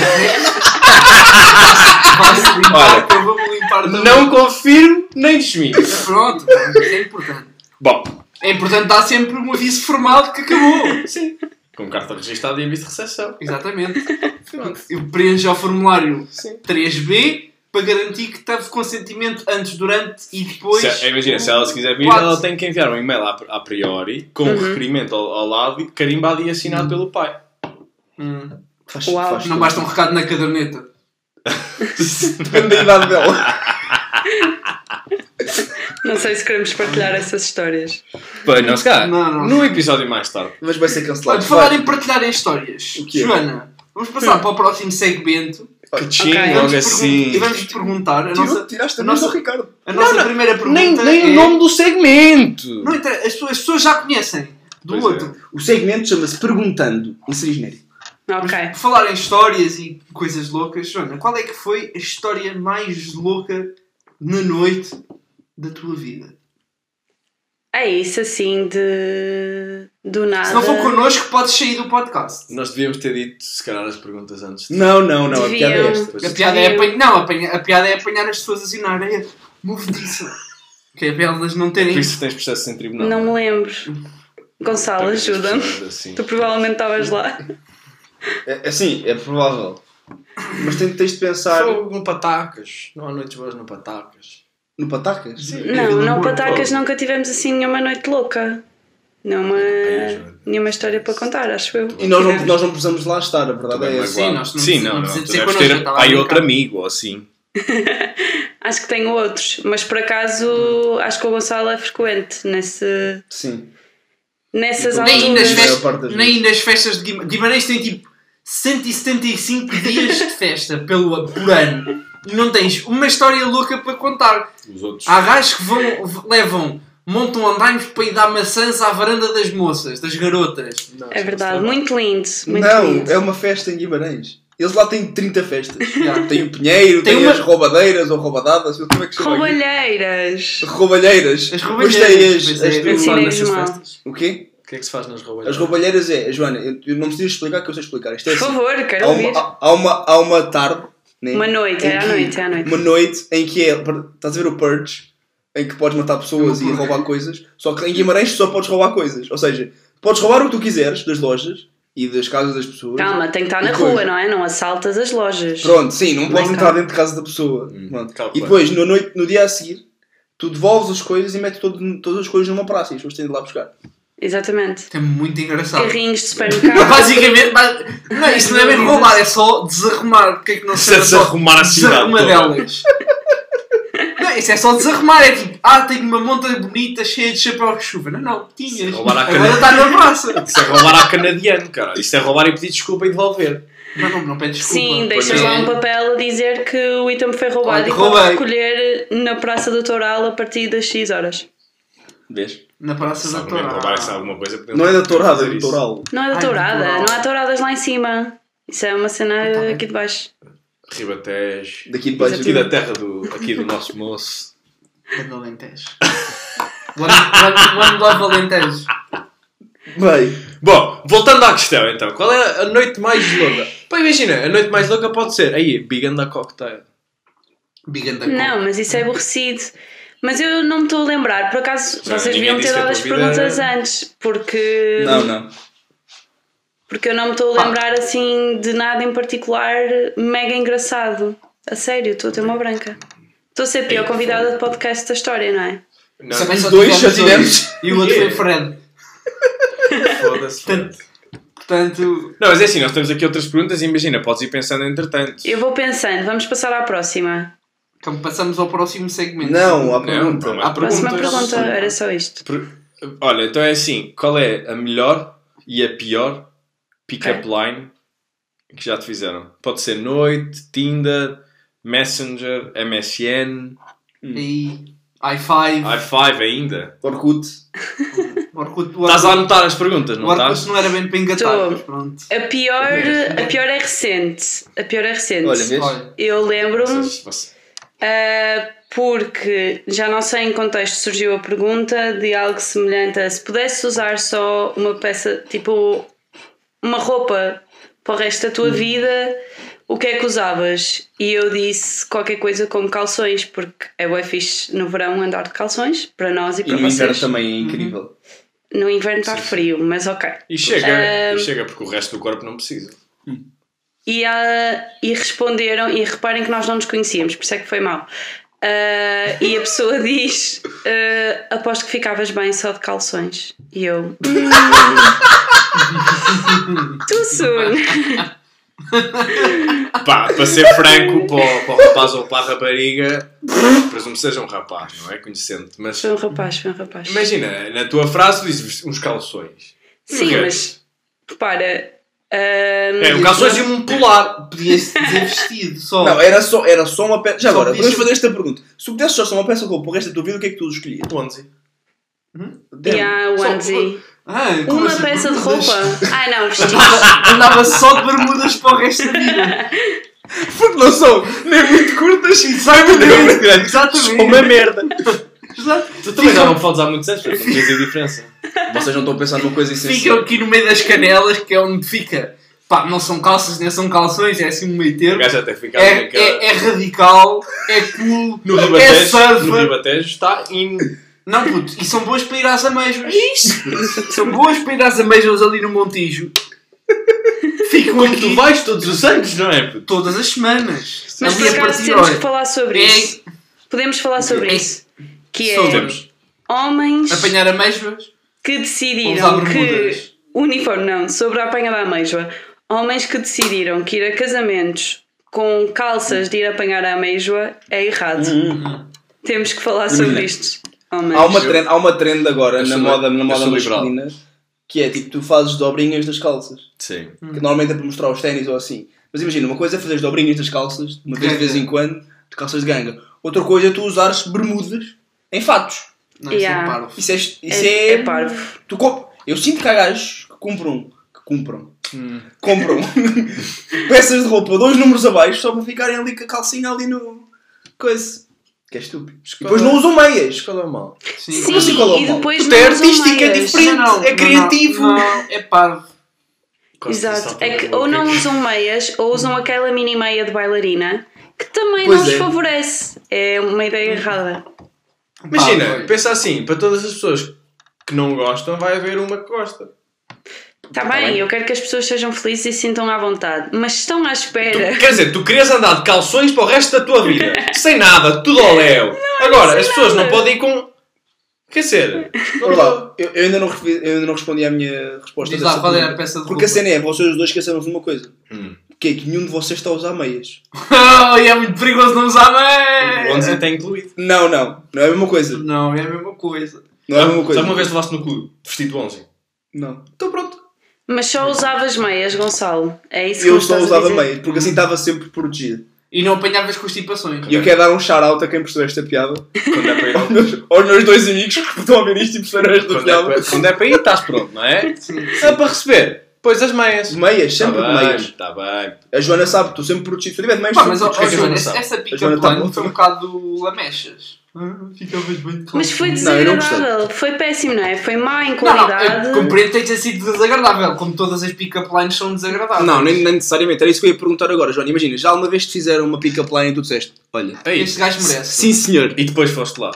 [SPEAKER 3] Vai-se limpar,
[SPEAKER 4] Olha,
[SPEAKER 3] que eu vou-me limpar também.
[SPEAKER 4] Não confirmo nem desminto.
[SPEAKER 3] Pronto, pronto, isso é importante.
[SPEAKER 4] Bom,
[SPEAKER 3] É importante dar sempre um aviso formal de que acabou.
[SPEAKER 4] sim. Com carta registrada e aviso de recepção.
[SPEAKER 3] Exatamente.
[SPEAKER 4] Pronto.
[SPEAKER 3] Eu preenjo ao formulário
[SPEAKER 4] Sim.
[SPEAKER 3] 3B para garantir que teve consentimento antes, durante e depois.
[SPEAKER 4] Se- imagina, se ela se quiser vir,
[SPEAKER 3] Quatro.
[SPEAKER 4] ela tem que enviar um e-mail a, a priori com o requerimento ao, ao lado, carimbado e assinado pelo pai.
[SPEAKER 3] Hum,
[SPEAKER 1] Faz,
[SPEAKER 2] Uau.
[SPEAKER 1] faz
[SPEAKER 3] não
[SPEAKER 1] tudo.
[SPEAKER 3] basta um recado na caderneta.
[SPEAKER 1] Depende da idade dela.
[SPEAKER 2] Não sei se queremos
[SPEAKER 3] Hum.
[SPEAKER 2] partilhar essas histórias.
[SPEAKER 4] Pois, não se calhar.
[SPEAKER 3] Não, não.
[SPEAKER 4] Num episódio mais tarde.
[SPEAKER 1] Mas vai ser
[SPEAKER 3] Olha,
[SPEAKER 1] cancelado.
[SPEAKER 3] de falar
[SPEAKER 1] Vai.
[SPEAKER 3] em partilhar em histórias,
[SPEAKER 1] O que é?
[SPEAKER 3] Joana, vamos passar para o próximo segmento
[SPEAKER 4] Que
[SPEAKER 2] Ok.
[SPEAKER 4] chingo,
[SPEAKER 3] e vamos,
[SPEAKER 4] logo
[SPEAKER 3] pergun-
[SPEAKER 4] assim.
[SPEAKER 3] e vamos perguntar. A
[SPEAKER 1] Tirou-
[SPEAKER 3] nossa,
[SPEAKER 1] tiraste a
[SPEAKER 3] a
[SPEAKER 1] mão ao
[SPEAKER 3] nossa-
[SPEAKER 1] Ricardo.
[SPEAKER 3] a nossa primeira pergunta
[SPEAKER 4] Nem, nem
[SPEAKER 3] é.
[SPEAKER 4] o nome do segmento!
[SPEAKER 3] Não interessa, as pessoas, as pessoas já conhecem do
[SPEAKER 4] Pois é.
[SPEAKER 3] outro.
[SPEAKER 1] O segmento chama-se Perguntando. Inserir genérico.
[SPEAKER 2] Ok.
[SPEAKER 3] Por falar em histórias e coisas loucas, Joana, qual é que foi a história mais louca na noite da tua vida?
[SPEAKER 2] É isso assim de. do nada.
[SPEAKER 3] Se não for connosco, podes sair do podcast.
[SPEAKER 4] Nós devíamos ter dito, se calhar, as perguntas antes.
[SPEAKER 1] Não, não, não. A
[SPEAKER 2] Deviam.
[SPEAKER 1] piada é esta.
[SPEAKER 3] A
[SPEAKER 4] Pois.
[SPEAKER 3] piada é
[SPEAKER 2] Eu-
[SPEAKER 3] apanhar. Não, apanha- a piada é apanhar as pessoas assim na areia. (laughs) Movediça. Que é para elas não
[SPEAKER 4] Por
[SPEAKER 3] terem.
[SPEAKER 4] isso tens processo em tribunal. é?
[SPEAKER 2] Não me lembro. Gonçalo,
[SPEAKER 4] Para que as
[SPEAKER 2] ajuda-me.
[SPEAKER 4] pessoas assim-
[SPEAKER 2] Tu provavelmente estavas lá.
[SPEAKER 1] É, é sim, é provável. Mas tem- tens de pensar
[SPEAKER 4] Fogo no Patacas. Não há noites boas no Patacas.
[SPEAKER 1] no Patacas.
[SPEAKER 2] Não, não,
[SPEAKER 3] para
[SPEAKER 2] patacas nunca tivemos assim nenhuma noite louca. Nenhuma,
[SPEAKER 4] É, Joana.
[SPEAKER 2] nenhuma história para contar, acho eu.
[SPEAKER 1] E nós não, nós não precisamos lá estar, a verdade é
[SPEAKER 4] Também
[SPEAKER 1] essa.
[SPEAKER 3] Sim,
[SPEAKER 4] magoado.
[SPEAKER 3] assim, nós não
[SPEAKER 4] Sim, não, não.
[SPEAKER 3] precisamos
[SPEAKER 4] Tu
[SPEAKER 3] dizer
[SPEAKER 4] deves
[SPEAKER 3] connosco, eu
[SPEAKER 4] ter
[SPEAKER 3] estava a
[SPEAKER 4] aí
[SPEAKER 3] brincar.
[SPEAKER 4] outro amigo, ou assim.
[SPEAKER 2] Acho que tenho outros, mas por acaso acho que o Gonçalo é frequente nesse,
[SPEAKER 1] Sim.
[SPEAKER 2] nessas
[SPEAKER 3] Nem
[SPEAKER 1] A
[SPEAKER 2] alturas.
[SPEAKER 3] nas,
[SPEAKER 1] fez- maior
[SPEAKER 3] festas,
[SPEAKER 1] parte das
[SPEAKER 3] nem nas festas de Guimarães. Guimarães tem tipo 175 dias de festa pelo, por ano. E não tens uma história louca para contar.
[SPEAKER 4] Os outros.
[SPEAKER 3] Há gajos que vão, v- levam, montam andaimes para ir dar maçãs à varanda das moças, das garotas.
[SPEAKER 2] É verdade, muito lindo. Muito
[SPEAKER 1] não,
[SPEAKER 2] lindo.
[SPEAKER 1] é uma festa em Guimarães. Eles lá têm 30 festas.
[SPEAKER 3] Já.
[SPEAKER 1] Tem o Pinheiro,
[SPEAKER 3] Tem
[SPEAKER 1] tem,
[SPEAKER 3] uma-
[SPEAKER 1] as roubadeiras ou roubadadas, sei lá como é que se chama? aquilo.
[SPEAKER 2] Roubalheiras.
[SPEAKER 1] Roubalheiras.
[SPEAKER 3] As
[SPEAKER 1] Depois
[SPEAKER 3] roubalheiras,
[SPEAKER 1] tem as- as
[SPEAKER 3] pois é.
[SPEAKER 1] do-
[SPEAKER 4] que se faz
[SPEAKER 2] Ensinei-lhes
[SPEAKER 4] nessas
[SPEAKER 2] mal.
[SPEAKER 4] festas?
[SPEAKER 1] O quê?
[SPEAKER 4] O que é que se faz nas roubalheiras?
[SPEAKER 1] As roubalheiras é, Joana, eu, eu não preciso explicar que eu sei explicar. Isto é
[SPEAKER 2] Por
[SPEAKER 1] assim.
[SPEAKER 2] favor, quero
[SPEAKER 1] Há
[SPEAKER 2] ouvir.
[SPEAKER 1] uma, há- há uma, há uma tarde. né,
[SPEAKER 2] Uma noite,
[SPEAKER 1] em
[SPEAKER 2] é à
[SPEAKER 1] que-
[SPEAKER 2] noite, é à noite.
[SPEAKER 1] Uma noite em que é. Estás a ver o Purge? Em que podes matar pessoas e
[SPEAKER 3] Uhum.
[SPEAKER 1] roubar coisas. Só que em Guimarães tu só podes roubar coisas. Ou seja, podes roubar o que tu quiseres das lojas e das casas das pessoas.
[SPEAKER 2] Calma, tem que estar na
[SPEAKER 1] E depois?
[SPEAKER 2] rua, não é? Não assaltas as lojas.
[SPEAKER 1] Pronto, sim, não
[SPEAKER 2] Mas
[SPEAKER 1] podes entrar
[SPEAKER 2] calma.
[SPEAKER 1] dentro de casa da pessoa.
[SPEAKER 4] Hum,
[SPEAKER 1] Pronto.
[SPEAKER 4] calma.
[SPEAKER 1] E depois, no, noite, no dia a seguir, tu devolves as coisas e metes todo- todas as coisas numa praça e as pessoas têm de ir lá buscar.
[SPEAKER 2] Exatamente.
[SPEAKER 3] Isto é muito
[SPEAKER 4] Tá.
[SPEAKER 3] engraçado.
[SPEAKER 2] Carrinhos de
[SPEAKER 4] (laughs)
[SPEAKER 2] supermercado.
[SPEAKER 3] Basicamente, ba- não, isto não é bem roubar, é só desarrumar. Porque é que não se chama só
[SPEAKER 4] Desarrumar a cidade
[SPEAKER 3] desarruma
[SPEAKER 4] toda.
[SPEAKER 3] delas? Não, isso é só desarrumar, é tipo, ah, tenho uma monta bonita cheia de chapéus de chuva. Não, não, tinhas.
[SPEAKER 4] Roubar à
[SPEAKER 3] Agora
[SPEAKER 4] caneta.
[SPEAKER 3] está na praça.
[SPEAKER 4] Isso é roubar a canadiano, cara. Isso é roubar e pedir desculpa e devolver.
[SPEAKER 3] Não, não, não pedes desculpa.
[SPEAKER 2] Sim,
[SPEAKER 3] Pois
[SPEAKER 2] deixas
[SPEAKER 3] é.
[SPEAKER 2] lá um papel a dizer que o item foi roubado
[SPEAKER 3] Olha,
[SPEAKER 2] e
[SPEAKER 3] roubei.
[SPEAKER 2] pode recolher na Praça do Toural a partir das X horas.
[SPEAKER 4] Vês?
[SPEAKER 3] Na praça
[SPEAKER 4] Se
[SPEAKER 3] da
[SPEAKER 4] alguém roubar essa
[SPEAKER 3] Torá.
[SPEAKER 4] alguma coisa, podemos
[SPEAKER 1] Não é da tourada,
[SPEAKER 4] fazer
[SPEAKER 1] é do
[SPEAKER 4] isso.
[SPEAKER 1] toural.
[SPEAKER 2] Não é
[SPEAKER 3] Ai,
[SPEAKER 2] da
[SPEAKER 3] do
[SPEAKER 2] tourada,
[SPEAKER 3] Toural.
[SPEAKER 2] não há touradas lá em cima. Isso é uma cena
[SPEAKER 3] Tá bem.
[SPEAKER 2] aqui de baixo.
[SPEAKER 4] Ribatejo. é
[SPEAKER 1] Daqui de baixo.
[SPEAKER 4] Aqui da terra do, aqui do nosso moço.
[SPEAKER 3] É (laughs) Grande Alentejo. One, one, one love Alentejo.
[SPEAKER 1] Bem,
[SPEAKER 4] Bom, voltando à questão então, qual é a noite mais louca? Pá, imagina, a noite mais louca pode ser aí, Big Anda Cocktail.
[SPEAKER 3] Big
[SPEAKER 4] Tá
[SPEAKER 3] and the
[SPEAKER 2] Não, mas isso é aborrecido. Mas eu não me estou a lembrar, por acaso
[SPEAKER 4] Já
[SPEAKER 2] vocês
[SPEAKER 4] ninguém
[SPEAKER 2] deviam ter
[SPEAKER 4] disse que
[SPEAKER 2] dado
[SPEAKER 4] a
[SPEAKER 2] as
[SPEAKER 4] tua vida
[SPEAKER 2] perguntas
[SPEAKER 4] era-
[SPEAKER 2] antes, porque,
[SPEAKER 1] não, não.
[SPEAKER 2] porque eu não me estou a lembrar assim de nada em particular mega engraçado. A sério, estou a ter uma branca. Estou a ser a pior
[SPEAKER 4] Ei,
[SPEAKER 2] convidada de podcast da história, não é?
[SPEAKER 4] Não,
[SPEAKER 3] Também só
[SPEAKER 1] dois já tivemos.
[SPEAKER 3] tivemos dois. E
[SPEAKER 4] (laughs)
[SPEAKER 3] o outro foi
[SPEAKER 4] Yeah.
[SPEAKER 3] Fred.
[SPEAKER 4] foda-se.
[SPEAKER 3] Portanto, portanto,
[SPEAKER 4] Não, mas é assim, nós temos aqui outras perguntas e imagina, podes ir pensando entretanto.
[SPEAKER 2] Eu vou pensando, vamos passar à próxima.
[SPEAKER 3] então passamos ao próximo segmento.
[SPEAKER 1] Não, há
[SPEAKER 4] Não,
[SPEAKER 1] pergunta.
[SPEAKER 4] não, é
[SPEAKER 3] Há
[SPEAKER 4] mas-
[SPEAKER 2] Próxima
[SPEAKER 3] perguntas?
[SPEAKER 2] pergunta, era só isto.
[SPEAKER 4] Per- Olha, então é assim, qual é a melhor e a pior pick-up line que já te fizeram? Pode ser Noite, Tinder, Messenger, MSN,
[SPEAKER 3] E high five.
[SPEAKER 4] i5 ainda.
[SPEAKER 1] Orkut.
[SPEAKER 3] Orkut, o
[SPEAKER 4] Estás a
[SPEAKER 3] Orkut,
[SPEAKER 4] anotar as perguntas,
[SPEAKER 3] o
[SPEAKER 4] não
[SPEAKER 3] Orkut
[SPEAKER 4] estás?
[SPEAKER 3] não é era bem para engatar,
[SPEAKER 2] Estou.
[SPEAKER 3] mas pronto.
[SPEAKER 2] A pior, a pior é recente. A pior é recente.
[SPEAKER 1] Olha, vês?
[SPEAKER 3] Olha,
[SPEAKER 2] eu lembro-me
[SPEAKER 4] Vocês- vocês-
[SPEAKER 2] Uh, porque já não sei em que contexto surgiu a pergunta de algo semelhante a se pudesse usar só uma peça, tipo uma roupa para o resto da
[SPEAKER 1] Hum.
[SPEAKER 2] tua vida, o que é que usavas? E eu disse qualquer coisa como calções, porque é bué fixe no verão andar de calções, para nós e
[SPEAKER 1] E
[SPEAKER 2] para
[SPEAKER 1] no inverno
[SPEAKER 2] vocês.
[SPEAKER 1] também é incrível.
[SPEAKER 2] No inverno está frio, mas ok.
[SPEAKER 4] E chega,
[SPEAKER 2] Ah.
[SPEAKER 4] e chega, porque o resto do corpo não
[SPEAKER 2] (laughs)
[SPEAKER 4] precisa.
[SPEAKER 2] E, ah, e responderam, e reparem que nós não nos conhecíamos, por isso é que foi mal. Ah, e a
[SPEAKER 3] (laughs)
[SPEAKER 2] pessoa diz: ah, Aposto que ficavas bem só de calções. E eu.
[SPEAKER 3] (laughs)
[SPEAKER 2] "Hum, Too soon.
[SPEAKER 4] Pá, para ser franco, para o, para o rapaz ou para a rapariga, presumo que seja um rapaz, não é? Conhecente, mas
[SPEAKER 2] Foi um rapaz, foi um rapaz.
[SPEAKER 4] imagina, na tua frase tu dizes uns calções.
[SPEAKER 2] Sim,
[SPEAKER 4] Ok.
[SPEAKER 2] mas repara. ah,
[SPEAKER 4] É, um calções e um polar.
[SPEAKER 3] podias dizer vestido só.
[SPEAKER 2] é
[SPEAKER 1] Não, era só, era só uma peça. Já
[SPEAKER 3] Só
[SPEAKER 1] agora,
[SPEAKER 3] podia
[SPEAKER 1] podemos
[SPEAKER 3] ser-
[SPEAKER 1] fazer esta pergunta. Se pudesses só ser uma peça de roupa para o resto da tua vida, o que é que tu escolhias? Uhum.
[SPEAKER 4] Ponzi.
[SPEAKER 1] Damn.
[SPEAKER 2] yeah,
[SPEAKER 3] É, Só-
[SPEAKER 2] onesie.
[SPEAKER 3] Ah, como
[SPEAKER 2] Uma
[SPEAKER 3] assim,
[SPEAKER 2] peça de
[SPEAKER 3] bermudas? (laughs)
[SPEAKER 2] roupa? Ah, não, vestido.
[SPEAKER 3] Andava só de bermudas para o resto da vida.
[SPEAKER 1] Porque não são nem muito curtas e sai muito
[SPEAKER 3] Exatamente.
[SPEAKER 1] grandes. São uma
[SPEAKER 3] Exatamente.
[SPEAKER 1] merda.
[SPEAKER 3] Exato. um
[SPEAKER 4] Tu também já não podes há muitos anos, portanto, não tens a diferença.
[SPEAKER 1] Vocês não estão a pensar numa coisa
[SPEAKER 3] Ficam
[SPEAKER 1] essencial.
[SPEAKER 3] aqui no meio das canelas, que é onde fica. Pá, não são calças, nem são calções, é assim um meio
[SPEAKER 4] O
[SPEAKER 3] termo.
[SPEAKER 4] gajo até ficava
[SPEAKER 3] É,
[SPEAKER 4] naquela.
[SPEAKER 3] é- é radical, é cool,
[SPEAKER 4] No
[SPEAKER 3] é
[SPEAKER 4] Ribatejo, no
[SPEAKER 3] surfer.
[SPEAKER 4] Ribatejo está in.
[SPEAKER 3] Não, puto, e são boas para ir às ameijas. são boas para ir às ameijas ali
[SPEAKER 2] (laughs)
[SPEAKER 3] no Montijo. Ficam
[SPEAKER 4] Quando tu
[SPEAKER 3] aqui
[SPEAKER 4] vais todos os anos, não é? puto?
[SPEAKER 3] todas as semanas.
[SPEAKER 2] Mas por
[SPEAKER 3] ali a
[SPEAKER 2] acaso
[SPEAKER 3] partir
[SPEAKER 2] temos que
[SPEAKER 3] olha,
[SPEAKER 2] falar sobre
[SPEAKER 3] É-
[SPEAKER 2] isso. Podemos falar sobre
[SPEAKER 3] É-
[SPEAKER 2] isso. Que é
[SPEAKER 3] sobre
[SPEAKER 2] homens.
[SPEAKER 3] apanhar ameijas,
[SPEAKER 2] que
[SPEAKER 3] Ou
[SPEAKER 2] decidiram
[SPEAKER 3] usar bermudas.
[SPEAKER 2] é um que. Uniforme, não, sobre a apanha da ameijoa. Homens que decidiram que ir a casamentos com calças de ir apanhar a ameijoa é errado. Temos que falar sobre isto. Homens.
[SPEAKER 1] Uhum. Há uma, trend, há uma trend agora
[SPEAKER 4] Eu
[SPEAKER 1] na
[SPEAKER 4] sou-
[SPEAKER 1] moda, na
[SPEAKER 4] eu
[SPEAKER 1] moda
[SPEAKER 4] sou liberal.
[SPEAKER 1] masculina que é tipo, tu fazes dobrinhas das calças.
[SPEAKER 4] Sim.
[SPEAKER 1] Que normalmente é para mostrar os ténis ou assim. Mas imagina, uma coisa é fazer dobrinhas das calças, uma vez de vez em quando, de calças de ganga. Outra coisa é tu usares bermudas em fatos.
[SPEAKER 3] Não, isso é
[SPEAKER 2] Yeah.
[SPEAKER 3] parvo.
[SPEAKER 1] Isso é. Isso
[SPEAKER 2] é,
[SPEAKER 1] é,
[SPEAKER 2] é parvo.
[SPEAKER 1] Tu comp... Eu sinto que há gajos que compram. Que compram.
[SPEAKER 3] Hum.
[SPEAKER 1] Compram (laughs) peças de roupa dois números abaixo só para ficarem ali com a calcinha ali no. Coisa. Que é estúpido. E depois não usam meias.
[SPEAKER 4] Qual é o mal?
[SPEAKER 3] Sim.
[SPEAKER 2] Sim,
[SPEAKER 1] assim qual é o
[SPEAKER 2] e
[SPEAKER 1] mal?
[SPEAKER 2] depois
[SPEAKER 1] Puta, é
[SPEAKER 2] não usam
[SPEAKER 1] artístico, é
[SPEAKER 2] meias.
[SPEAKER 1] diferente. é criativo.
[SPEAKER 3] Não, é parvo.
[SPEAKER 2] Exato. É que ou não usam meias ou usam aquela mini meia de bailarina que também
[SPEAKER 1] Uhum. Pois
[SPEAKER 2] não os
[SPEAKER 1] é. Uhum.
[SPEAKER 2] favorece. É uma ideia errada.
[SPEAKER 3] Pá, olha.
[SPEAKER 4] Imagina, pensa assim, para todas as pessoas que não gostam, vai haver uma que (laughs) gosta.
[SPEAKER 2] Está Tá
[SPEAKER 1] Tá
[SPEAKER 2] bem, eu quero que as pessoas sejam felizes e sintam à vontade, mas estão à
[SPEAKER 1] Então,
[SPEAKER 2] espera.
[SPEAKER 4] Quer dizer, tu querias andar de calções para o resto da tua vida, sem nada, tudo ao léu. Agora, as pessoas não podem ir com. Quer dizer,
[SPEAKER 1] Olha lá, eu, eu ainda não, refi- eu ainda não respondi à minha resposta.
[SPEAKER 3] Diz lá,
[SPEAKER 1] dessa
[SPEAKER 3] qual era a
[SPEAKER 1] pergunta.
[SPEAKER 3] peça de
[SPEAKER 1] Porque a
[SPEAKER 3] roupa? (laughs)
[SPEAKER 1] cena é, vocês os dois esqueceram-se de uma coisa.
[SPEAKER 4] Hum.
[SPEAKER 1] Que é que nenhum de vocês está a usar meias.
[SPEAKER 3] e é muito perigoso não usar
[SPEAKER 2] É.
[SPEAKER 4] o
[SPEAKER 3] meias.
[SPEAKER 4] Onze está incluído.
[SPEAKER 1] Não, não. Não é a mesma coisa.
[SPEAKER 3] Não, é a mesma coisa.
[SPEAKER 1] Não é a mesma coisa.
[SPEAKER 4] Já uma vez levaste no clube, vestido de Onze.
[SPEAKER 1] Não. Então pronto.
[SPEAKER 2] Mas só usavas meias, Gonçalo. É isso que
[SPEAKER 1] Eu
[SPEAKER 2] me
[SPEAKER 1] só
[SPEAKER 2] estás a
[SPEAKER 1] usava
[SPEAKER 2] dizer?
[SPEAKER 1] meias, porque
[SPEAKER 3] Hum.
[SPEAKER 1] assim estava sempre protegido.
[SPEAKER 3] E não apanhavas constipações.
[SPEAKER 1] E eu quero dar um shout-out a quem percebeu esta piada.
[SPEAKER 4] Quando é (laughs) para ir ao
[SPEAKER 1] Aos meus dois amigos que estão a ver isto e perceberam esta
[SPEAKER 4] Quando é,
[SPEAKER 1] piada.
[SPEAKER 4] para, quando é para ir, estás pronto, não é?
[SPEAKER 3] Sim.
[SPEAKER 4] É para receber. Pois as meias.
[SPEAKER 1] Meias, sempre com meias.
[SPEAKER 4] Está bem.
[SPEAKER 1] A é Joana sabe, estou sempre protegido. Se eu tiver de meias,
[SPEAKER 3] Pá,
[SPEAKER 1] estou
[SPEAKER 3] mas ó, ó,
[SPEAKER 1] protegido.
[SPEAKER 3] Joana,
[SPEAKER 4] não sabe?
[SPEAKER 3] essa pica
[SPEAKER 1] Joana tá
[SPEAKER 3] plano
[SPEAKER 1] muito-
[SPEAKER 3] foi um bocado lamechas. Ah, ficavas bem de
[SPEAKER 2] Mas foi
[SPEAKER 1] Não, eu não gostei.
[SPEAKER 2] desagradável, foi péssimo, não é? Foi má em
[SPEAKER 3] Não, não, eu
[SPEAKER 2] qualidade.
[SPEAKER 3] compreendo que tenha sido desagradável, como todas as pick-up lines são desagradáveis.
[SPEAKER 1] Não, nem, nem necessariamente. Era isso que eu ia perguntar agora, João. Imagina, já alguma vez te fizeram uma pick-up line e tu disseste: Olha,
[SPEAKER 4] É
[SPEAKER 3] Este
[SPEAKER 4] isso.
[SPEAKER 3] gajo merece.
[SPEAKER 1] sim senhor.
[SPEAKER 4] E depois foste lá.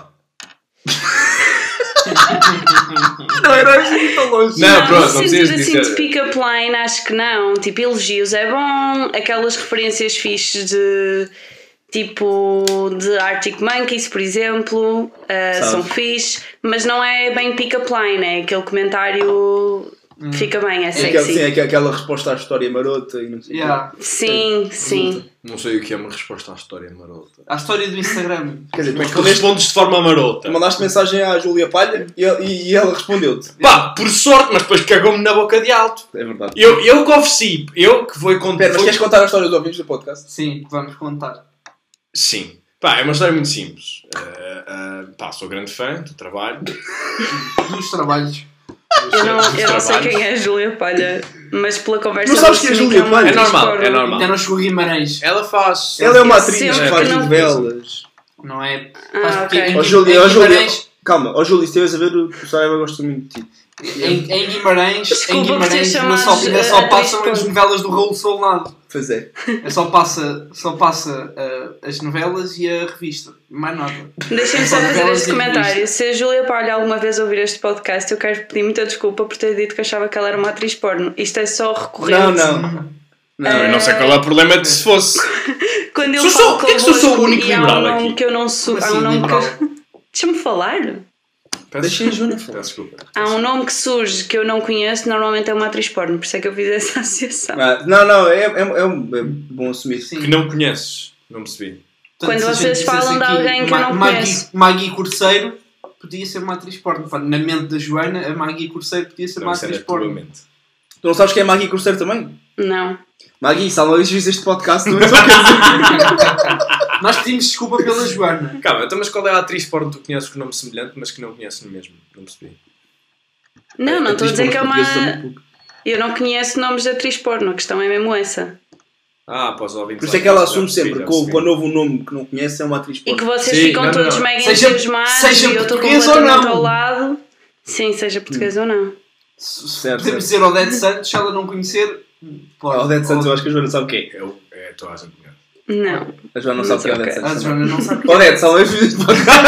[SPEAKER 1] Não, era assim tão longe.
[SPEAKER 4] Não, pronto, não
[SPEAKER 2] no
[SPEAKER 4] precisas
[SPEAKER 2] sentido assim
[SPEAKER 4] dizer.
[SPEAKER 2] de pick-up line, acho que não. Tipo, elogios é bom, aquelas referências fixes de tipo de Arctic Monkeys, por exemplo, uh, são fixe, mas não é bem pick-up line, é aquele comentário fica bem, é
[SPEAKER 1] É aquela, sim,
[SPEAKER 2] sexy.
[SPEAKER 1] é aquela- aquela resposta à história marota e não sei o quê.
[SPEAKER 3] Yeah.
[SPEAKER 2] Sim,
[SPEAKER 1] é
[SPEAKER 2] sim.
[SPEAKER 4] Não sei o que é uma resposta à história marota.
[SPEAKER 3] A história do Instagram.
[SPEAKER 1] Quer dizer,
[SPEAKER 4] Mas
[SPEAKER 1] mas
[SPEAKER 4] tu respondes de forma marota.
[SPEAKER 1] mandaste mensagem à Júlia Palha e, ela- e- e ela respondeu-te.
[SPEAKER 4] Pá, por sorte, mas depois cagou-me na boca de alto.
[SPEAKER 1] É verdade.
[SPEAKER 4] Eu, eu que ofereci, eu que vou contar.
[SPEAKER 1] Espera, mas queres contar a história dos ouvintes do podcast?
[SPEAKER 3] Sim, vamos contar.
[SPEAKER 4] Sim. Pá, é uma história muito simples. Ah, ah, pá, sou grande fã do trabalho.
[SPEAKER 2] (laughs)
[SPEAKER 3] Dos trabalhos.
[SPEAKER 2] Eu não,
[SPEAKER 4] dos
[SPEAKER 2] eu não sei
[SPEAKER 4] trabalhos.
[SPEAKER 2] quem é a Júlia Palha, mas pela conversa.
[SPEAKER 1] Não sabes quem é a
[SPEAKER 2] percebi
[SPEAKER 1] Júlia
[SPEAKER 2] uma
[SPEAKER 1] Palha?
[SPEAKER 4] É normal, é
[SPEAKER 2] transforma.
[SPEAKER 4] normal.
[SPEAKER 3] Ainda não chegou Guimarães,
[SPEAKER 4] Ela faz.
[SPEAKER 1] Ela é uma atriz
[SPEAKER 2] Sempre
[SPEAKER 1] que
[SPEAKER 4] que
[SPEAKER 1] faz
[SPEAKER 4] não-
[SPEAKER 1] novelas.
[SPEAKER 3] não é?
[SPEAKER 2] Ah,
[SPEAKER 3] porque
[SPEAKER 2] ok.
[SPEAKER 1] Ó
[SPEAKER 3] Em-
[SPEAKER 1] Júlia, ó
[SPEAKER 3] em
[SPEAKER 1] Júlia.
[SPEAKER 3] Guimarães-
[SPEAKER 1] Calma, ó Júlia, se estiveres a ver, o Saraiva gosta muito de ti.
[SPEAKER 3] Em, em Guimarães, em
[SPEAKER 2] Desculpa por ter
[SPEAKER 3] Guimarães ainda
[SPEAKER 2] chamado,
[SPEAKER 3] só, ainda
[SPEAKER 2] eh,
[SPEAKER 3] só
[SPEAKER 2] atriz
[SPEAKER 3] passam as
[SPEAKER 2] porno.
[SPEAKER 3] novelas do Raul Solnado.
[SPEAKER 1] Pois é.
[SPEAKER 3] É Só passa, só passa eh, as novelas e a revista. Mais nada.
[SPEAKER 2] Deixem-me só
[SPEAKER 3] São
[SPEAKER 2] fazer
[SPEAKER 3] novelas
[SPEAKER 2] este
[SPEAKER 3] e revistas.
[SPEAKER 2] comentário. Se a Júlia Palha alguma vez ouvir este podcast, eu quero pedir muita desculpa por ter dito que achava que ela era uma atriz porno. Isto é só recorrente.
[SPEAKER 1] Não, não.
[SPEAKER 4] Eu não sei qual é o problema de se fosse.
[SPEAKER 2] Quando eu
[SPEAKER 4] Sou
[SPEAKER 2] falo
[SPEAKER 4] só- porquê que sou só o
[SPEAKER 2] convosco
[SPEAKER 4] único
[SPEAKER 2] e há um
[SPEAKER 4] liberal
[SPEAKER 2] nome
[SPEAKER 4] aqui?
[SPEAKER 2] que eu não sou.
[SPEAKER 3] Como
[SPEAKER 2] há um
[SPEAKER 3] assim,
[SPEAKER 2] nome
[SPEAKER 3] liberal?
[SPEAKER 2] que... (laughs) Deixa-me falar.
[SPEAKER 1] Deixa a Júlia
[SPEAKER 4] Peço
[SPEAKER 1] falar.
[SPEAKER 4] desculpa.
[SPEAKER 2] Há um nome que surge que eu não conheço, normalmente é uma atriz porno, por isso é que eu fiz essa (laughs) associação.
[SPEAKER 1] Ah, não, não, é, é, é um- é bom assumir.
[SPEAKER 3] Sim.
[SPEAKER 4] Que não conheces. Não percebi.
[SPEAKER 2] Quando
[SPEAKER 3] se a
[SPEAKER 2] vocês
[SPEAKER 3] gente
[SPEAKER 2] falam
[SPEAKER 3] dissesse
[SPEAKER 2] de
[SPEAKER 3] aqui
[SPEAKER 2] alguém que eu
[SPEAKER 3] Ma-
[SPEAKER 2] não
[SPEAKER 3] Maggie,
[SPEAKER 2] conheço.
[SPEAKER 3] Maggie Corseiro podia ser uma atriz porno. Pá, Na mente da Joana, a Maggie Corseiro podia ser uma
[SPEAKER 4] Não, isso
[SPEAKER 3] atriz
[SPEAKER 4] era a tua
[SPEAKER 3] porno.
[SPEAKER 4] mente.
[SPEAKER 1] Tu não sabes quem é Magui Cruzeiro também?
[SPEAKER 2] Não.
[SPEAKER 1] Magui, se alguma vez viste este podcast, não és o que
[SPEAKER 3] Nós pedimos desculpa pela Joana.
[SPEAKER 4] Calma, então, mas qual é a atriz porno que tu conheces com nome semelhante, mas que não conheces no mesmo? Não percebi.
[SPEAKER 2] Não, não estou a dizer que é uma.
[SPEAKER 1] Atriz porno portuguesa muito pouco.
[SPEAKER 2] Eu não conheço nomes de atriz porno, a questão é mesmo essa.
[SPEAKER 4] Ah, posso ouvir.
[SPEAKER 1] Por isso é que ela assume sempre com o para novo nome que não conhece é uma atriz
[SPEAKER 2] E que
[SPEAKER 1] porno.
[SPEAKER 2] vocês
[SPEAKER 4] Sim,
[SPEAKER 2] ficam
[SPEAKER 4] não,
[SPEAKER 2] todos
[SPEAKER 4] não.
[SPEAKER 2] mega
[SPEAKER 3] Seja-
[SPEAKER 2] entusiasmados
[SPEAKER 3] seja
[SPEAKER 2] e eu estou
[SPEAKER 3] português ou
[SPEAKER 2] completamente
[SPEAKER 3] não.
[SPEAKER 2] ao lado. Sim, seja português ou não.
[SPEAKER 3] Se- se
[SPEAKER 1] Certo,
[SPEAKER 3] Podemos
[SPEAKER 1] certo.
[SPEAKER 3] dizer Odete Santos, se ela não conhecer.
[SPEAKER 1] A
[SPEAKER 3] Pode.
[SPEAKER 1] Odete Santos, eu acho que a Joana sabe quem é.
[SPEAKER 4] Eu, é, toda a gente conhece.
[SPEAKER 2] Não.
[SPEAKER 1] A Joana não
[SPEAKER 2] Não
[SPEAKER 1] sabe quem é a
[SPEAKER 2] sei
[SPEAKER 1] Odete
[SPEAKER 2] quem
[SPEAKER 3] A
[SPEAKER 1] Santos. também.
[SPEAKER 3] Joana não sabe.
[SPEAKER 1] Odete, se é alguma vez viste este podcast.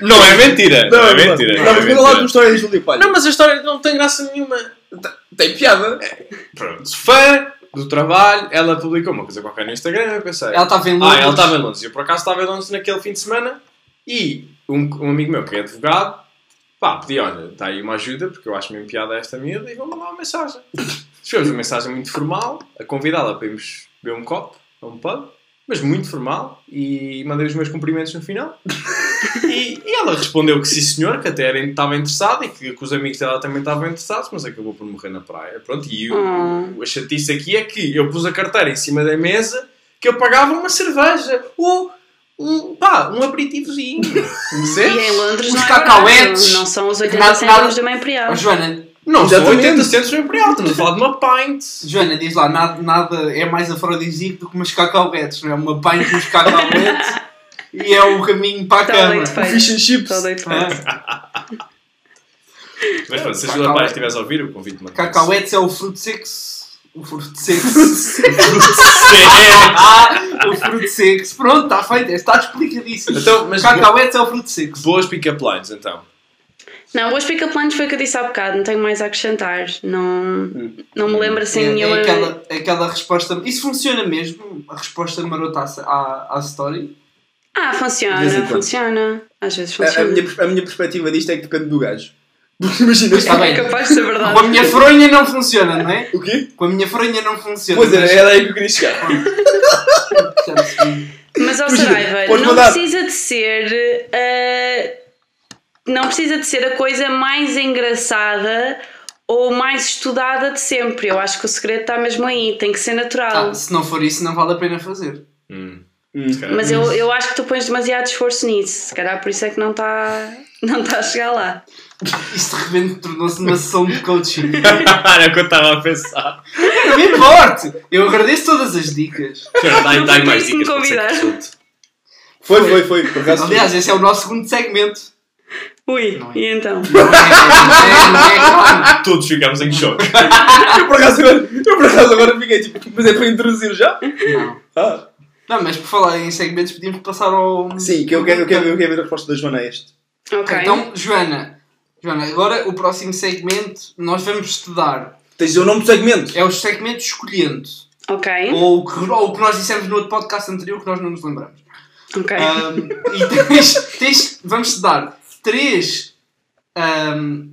[SPEAKER 4] Não é mentira! Não, é
[SPEAKER 1] mas-
[SPEAKER 4] mentira!
[SPEAKER 1] Não, mas
[SPEAKER 4] é
[SPEAKER 1] quando lá uma
[SPEAKER 4] mentira.
[SPEAKER 1] história de Júlio Palha.
[SPEAKER 4] Não, mas a história não tem graça nenhuma.
[SPEAKER 1] Tem piada.
[SPEAKER 4] Pronto, fã do trabalho, ela publicou uma coisa qualquer no Instagram, eu pensei.
[SPEAKER 3] Ela tá estava em Londres.
[SPEAKER 4] Ah, ela estava em Londres. Eu por acaso estava em Londres naquele fim de semana e um, um amigo meu que é advogado, pá, pedi, olha, dá aí uma ajuda porque eu acho mesmo piada esta miúda e vou mandar uma mensagem. Escrevemos uma mensagem muito formal, a convidá-la para irmos beber um copo, a um pub, mas muito formal e mandei os meus cumprimentos no final. E, e ela respondeu que sim senhor, que até era, estava interessada e que, que os amigos dela também estavam interessados, mas acabou por morrer na praia. Pronto, e o,
[SPEAKER 2] Oh.
[SPEAKER 4] a chatice aqui é que eu pus a carteira em cima da mesa que eu pagava uma cerveja ou um, pá, um aperitivozinho.
[SPEAKER 2] E
[SPEAKER 4] Percebes?
[SPEAKER 2] em Londres
[SPEAKER 3] Os
[SPEAKER 2] não é
[SPEAKER 3] cacauetes.
[SPEAKER 2] barato, Não são os
[SPEAKER 3] Nada-
[SPEAKER 2] 80
[SPEAKER 3] nada-
[SPEAKER 2] cêntimos de uma
[SPEAKER 4] tá-
[SPEAKER 2] imperial.
[SPEAKER 3] Ó, Joana,
[SPEAKER 4] Não, são
[SPEAKER 1] Exatamente.
[SPEAKER 4] 80 centos no Imperial, estamos a falar de uma pint.
[SPEAKER 3] Joana, diz lá, nada, nada é mais afrodisíaco do que umas cacauetes, não é? Uma pint nos cacauetes e é o caminho para a
[SPEAKER 4] Tá
[SPEAKER 2] Está leite
[SPEAKER 3] cama.
[SPEAKER 2] feito.
[SPEAKER 1] Fish and chips.
[SPEAKER 2] Está leite
[SPEAKER 3] É.
[SPEAKER 2] feito.
[SPEAKER 4] Mas pronto, se a
[SPEAKER 3] Cacauete.
[SPEAKER 4] Júlia Paz estivesse a ouvir, eu convido-me a
[SPEAKER 3] Cacauetes é o fruto seco. O fruto seco.
[SPEAKER 4] É.
[SPEAKER 3] ah, o fruto seco. Pronto, está feito, está explicadíssimo.
[SPEAKER 4] Então, mas-
[SPEAKER 3] Cacauetes é o fruto seco.
[SPEAKER 4] Boas pick-up lines, então.
[SPEAKER 2] Não, os pick-up lines foi o que eu disse há bocado, não tenho mais a acrescentar. Não, não me lembro assim
[SPEAKER 3] é,
[SPEAKER 2] nenhuma.
[SPEAKER 3] é aquela, é aquela resposta. Isso funciona mesmo? A resposta marota à, à, à story?
[SPEAKER 2] Ah,
[SPEAKER 1] De vez em
[SPEAKER 3] então.
[SPEAKER 2] funciona,
[SPEAKER 1] quando.
[SPEAKER 2] funciona. Às vezes
[SPEAKER 1] A, a
[SPEAKER 2] funciona. (laughs) É
[SPEAKER 1] minha, a minha perspectiva disto é que depende do gajo. (laughs) Porque imagina
[SPEAKER 3] Está bem.
[SPEAKER 2] É capaz de ser
[SPEAKER 3] Com a
[SPEAKER 2] verdade.
[SPEAKER 3] minha fronha não funciona, não é?
[SPEAKER 1] O quê?
[SPEAKER 3] Com a minha fronha não funciona.
[SPEAKER 1] Pois
[SPEAKER 3] mas-
[SPEAKER 1] é, era aí que eu queria chegar.
[SPEAKER 3] Já percebi.
[SPEAKER 2] Mas ao
[SPEAKER 1] Imagina,
[SPEAKER 2] Saraiva,
[SPEAKER 1] podes
[SPEAKER 2] não
[SPEAKER 1] mandar.
[SPEAKER 2] precisa de ser. eh, não precisa de ser a coisa mais engraçada ou mais estudada de sempre. Eu acho que o segredo está mesmo aí, tem que ser natural.
[SPEAKER 3] Ah, se não for isso, não vale a pena fazer.
[SPEAKER 4] Hum.
[SPEAKER 1] Hum.
[SPEAKER 4] se calhar.
[SPEAKER 2] Mas eu, eu acho que tu pões demasiado esforço nisso, se calhar por isso é que não está não tá (laughs) a chegar lá.
[SPEAKER 3] Isto de repente tornou-se uma sessão de coaching.
[SPEAKER 4] (laughs) Era o que eu estava a pensar.
[SPEAKER 3] Não me importe! Eu agradeço todas as dicas.
[SPEAKER 4] Dá-me
[SPEAKER 2] Não
[SPEAKER 4] mais
[SPEAKER 2] tens de me
[SPEAKER 4] dicas. pode ser que
[SPEAKER 2] convidar.
[SPEAKER 4] resulte.
[SPEAKER 1] Foi, foi, foi. Por acaso foi.
[SPEAKER 3] Aliás, esse é o nosso segundo segmento.
[SPEAKER 2] Ui,
[SPEAKER 3] Não é.
[SPEAKER 2] e então?
[SPEAKER 3] Não é, não é, não é, claro.
[SPEAKER 4] Todos ficámos em choque.
[SPEAKER 1] Eu por acaso agora, eu por acaso agora fiquei tipo, mas é para introduzir já?
[SPEAKER 3] Não.
[SPEAKER 1] Ah,
[SPEAKER 3] Não, mas por falar em segmentos, podíamos passar ao.
[SPEAKER 1] sim, que eu quero, eu, quero, eu quero ver a resposta da Joana a este.
[SPEAKER 2] Ok.
[SPEAKER 3] Então, Joana. Joana, agora o próximo segmento nós vamos estudar.
[SPEAKER 1] Tens de dizer o nome do segmento.
[SPEAKER 3] É os segmentos escolhendo.
[SPEAKER 2] ok.
[SPEAKER 3] Ou o, que, ou o que nós dissemos no outro podcast anterior que nós não nos lembramos.
[SPEAKER 2] Ok.
[SPEAKER 3] Ahm, e tens, tens- vamos-te dar três, ahm,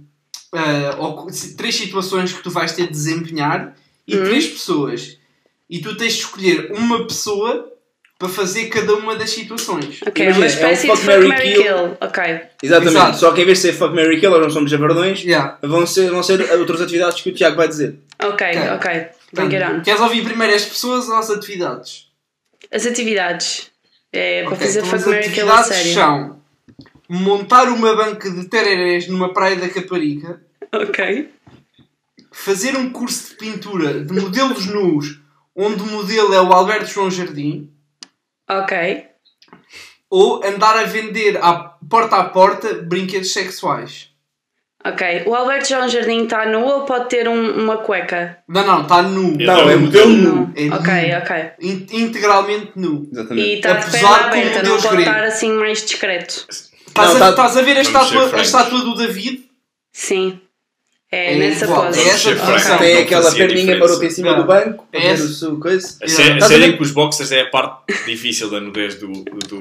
[SPEAKER 3] ah, ou- três situações que tu vais ter de desempenhar e
[SPEAKER 2] Hum.
[SPEAKER 3] três pessoas. E tu tens de escolher uma pessoa para fazer cada uma das situações.
[SPEAKER 2] ok,
[SPEAKER 1] imagina,
[SPEAKER 2] uma
[SPEAKER 1] é um
[SPEAKER 2] espécie de
[SPEAKER 1] fuck,
[SPEAKER 2] fuck,
[SPEAKER 1] marry,
[SPEAKER 2] marry,
[SPEAKER 1] kill.
[SPEAKER 2] kill. Ok.
[SPEAKER 1] Exatamente.
[SPEAKER 3] Exato.
[SPEAKER 1] Só que em vez de ser Fuck Mary Kill, ou não somos javardões,
[SPEAKER 3] Yeah.
[SPEAKER 1] vão ser, vão ser outras atividades que o Tiago vai dizer.
[SPEAKER 2] Ok,
[SPEAKER 3] Ok.
[SPEAKER 2] ok. Bring it on.
[SPEAKER 3] Portanto, queres ouvir primeiro as pessoas ou as atividades?
[SPEAKER 2] As atividades. É, para
[SPEAKER 3] Ok,
[SPEAKER 2] fazer
[SPEAKER 3] então
[SPEAKER 2] fuck,
[SPEAKER 3] as
[SPEAKER 2] marry, kill a
[SPEAKER 3] atividades
[SPEAKER 2] sério.
[SPEAKER 3] são montar uma banca de tererés numa praia da Caparica.
[SPEAKER 2] Ok.
[SPEAKER 3] fazer um curso de pintura de modelos nus, onde o modelo é o Alberto João Jardim,
[SPEAKER 2] Ok.
[SPEAKER 3] ou andar a vender à porta a porta brinquedos sexuais.
[SPEAKER 2] Ok. O Alberto João Jardim está nu ou pode ter um- uma cueca?
[SPEAKER 3] Não, não, está nu.
[SPEAKER 4] Eu
[SPEAKER 1] Não,
[SPEAKER 4] dou
[SPEAKER 1] é
[SPEAKER 4] um
[SPEAKER 1] modelo
[SPEAKER 4] modelo.
[SPEAKER 1] nu.
[SPEAKER 3] É
[SPEAKER 2] Ok,
[SPEAKER 3] nu.
[SPEAKER 2] ok.
[SPEAKER 3] In- integralmente nu.
[SPEAKER 2] E
[SPEAKER 1] Exatamente.
[SPEAKER 2] está de
[SPEAKER 3] Apesar
[SPEAKER 2] perna
[SPEAKER 3] que o
[SPEAKER 2] aberta, não
[SPEAKER 3] Deus
[SPEAKER 2] pode
[SPEAKER 3] grego-
[SPEAKER 2] estar assim mais discreto.
[SPEAKER 3] Estás
[SPEAKER 1] Não,
[SPEAKER 3] a,
[SPEAKER 1] tá-
[SPEAKER 3] estás a ver a
[SPEAKER 4] Vamos ser
[SPEAKER 3] estátua, a
[SPEAKER 4] francos.
[SPEAKER 3] estátua do David?
[SPEAKER 2] Sim. É,
[SPEAKER 3] É
[SPEAKER 2] nessa
[SPEAKER 3] igual,
[SPEAKER 2] pose.
[SPEAKER 3] é essa
[SPEAKER 4] Vamos ser
[SPEAKER 3] posição.
[SPEAKER 4] francos.
[SPEAKER 1] Tem
[SPEAKER 4] Não
[SPEAKER 1] aquela
[SPEAKER 4] fazia
[SPEAKER 1] perninha
[SPEAKER 4] diferença.
[SPEAKER 1] marota em cima
[SPEAKER 3] Não.
[SPEAKER 1] do banco,
[SPEAKER 3] É
[SPEAKER 1] a ver
[SPEAKER 3] essa.
[SPEAKER 1] o seu coisa.
[SPEAKER 4] A sé- a
[SPEAKER 1] Estás a
[SPEAKER 4] sério
[SPEAKER 1] ver?
[SPEAKER 4] é que os boxers é a parte difícil da nudez do. do, do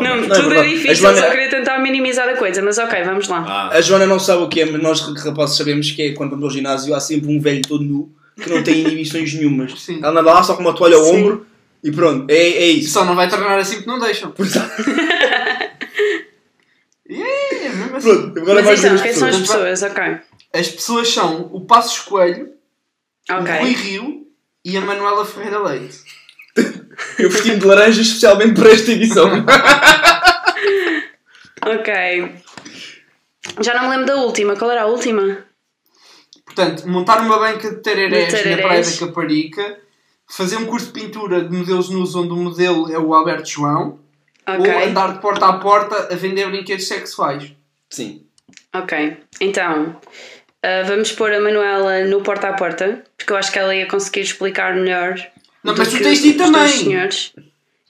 [SPEAKER 2] Não,
[SPEAKER 4] homem.
[SPEAKER 1] é
[SPEAKER 2] tudo é
[SPEAKER 1] verdade.
[SPEAKER 2] difícil,
[SPEAKER 1] A Joana-
[SPEAKER 2] só queria tentar minimizar a coisa, mas ok, vamos lá.
[SPEAKER 4] Ah,
[SPEAKER 1] A Joana não sabe o que é, mas nós rapazes sabemos que é quando vamos ao ginásio há sempre um velho todo nu que não tem inibições nenhumas.
[SPEAKER 3] Sim.
[SPEAKER 1] Ela anda lá só com uma toalha ao
[SPEAKER 2] Sim.
[SPEAKER 1] ombro e pronto, é, é
[SPEAKER 3] E
[SPEAKER 1] isso.
[SPEAKER 3] só não vai treinar assim porque não deixam. (laughs)
[SPEAKER 1] Portanto,
[SPEAKER 3] É, mesmo assim.
[SPEAKER 1] pronto, agora
[SPEAKER 2] Mas
[SPEAKER 1] vais
[SPEAKER 2] então,
[SPEAKER 1] ver
[SPEAKER 2] quem
[SPEAKER 1] as
[SPEAKER 2] são as
[SPEAKER 1] pessoas.
[SPEAKER 2] pessoas? Ok.
[SPEAKER 3] As pessoas são o Passos Coelho, o Rui
[SPEAKER 2] Ok.
[SPEAKER 3] Rio e a Manuela Ferreira Leite.
[SPEAKER 1] Eu vesti-me de laranja especialmente para esta edição.
[SPEAKER 2] Ok. Já não me lembro da última. Qual era a última?
[SPEAKER 3] Portanto, montar uma banca de tererés,
[SPEAKER 2] De tererés.
[SPEAKER 3] na Praia da Caparica, fazer um curso de pintura de modelos nus onde o modelo é o Alberto João, ou
[SPEAKER 2] Ok.
[SPEAKER 3] andar de porta a porta a vender brinquedos sexuais.
[SPEAKER 1] Sim.
[SPEAKER 2] Ok. Então, ah, vamos pôr a Manuela no porta a porta, porque eu acho que ela ia conseguir explicar melhor.
[SPEAKER 3] Não,
[SPEAKER 2] do
[SPEAKER 3] mas tu
[SPEAKER 2] que
[SPEAKER 3] tens de ir
[SPEAKER 2] os dois
[SPEAKER 3] também.
[SPEAKER 2] senhores.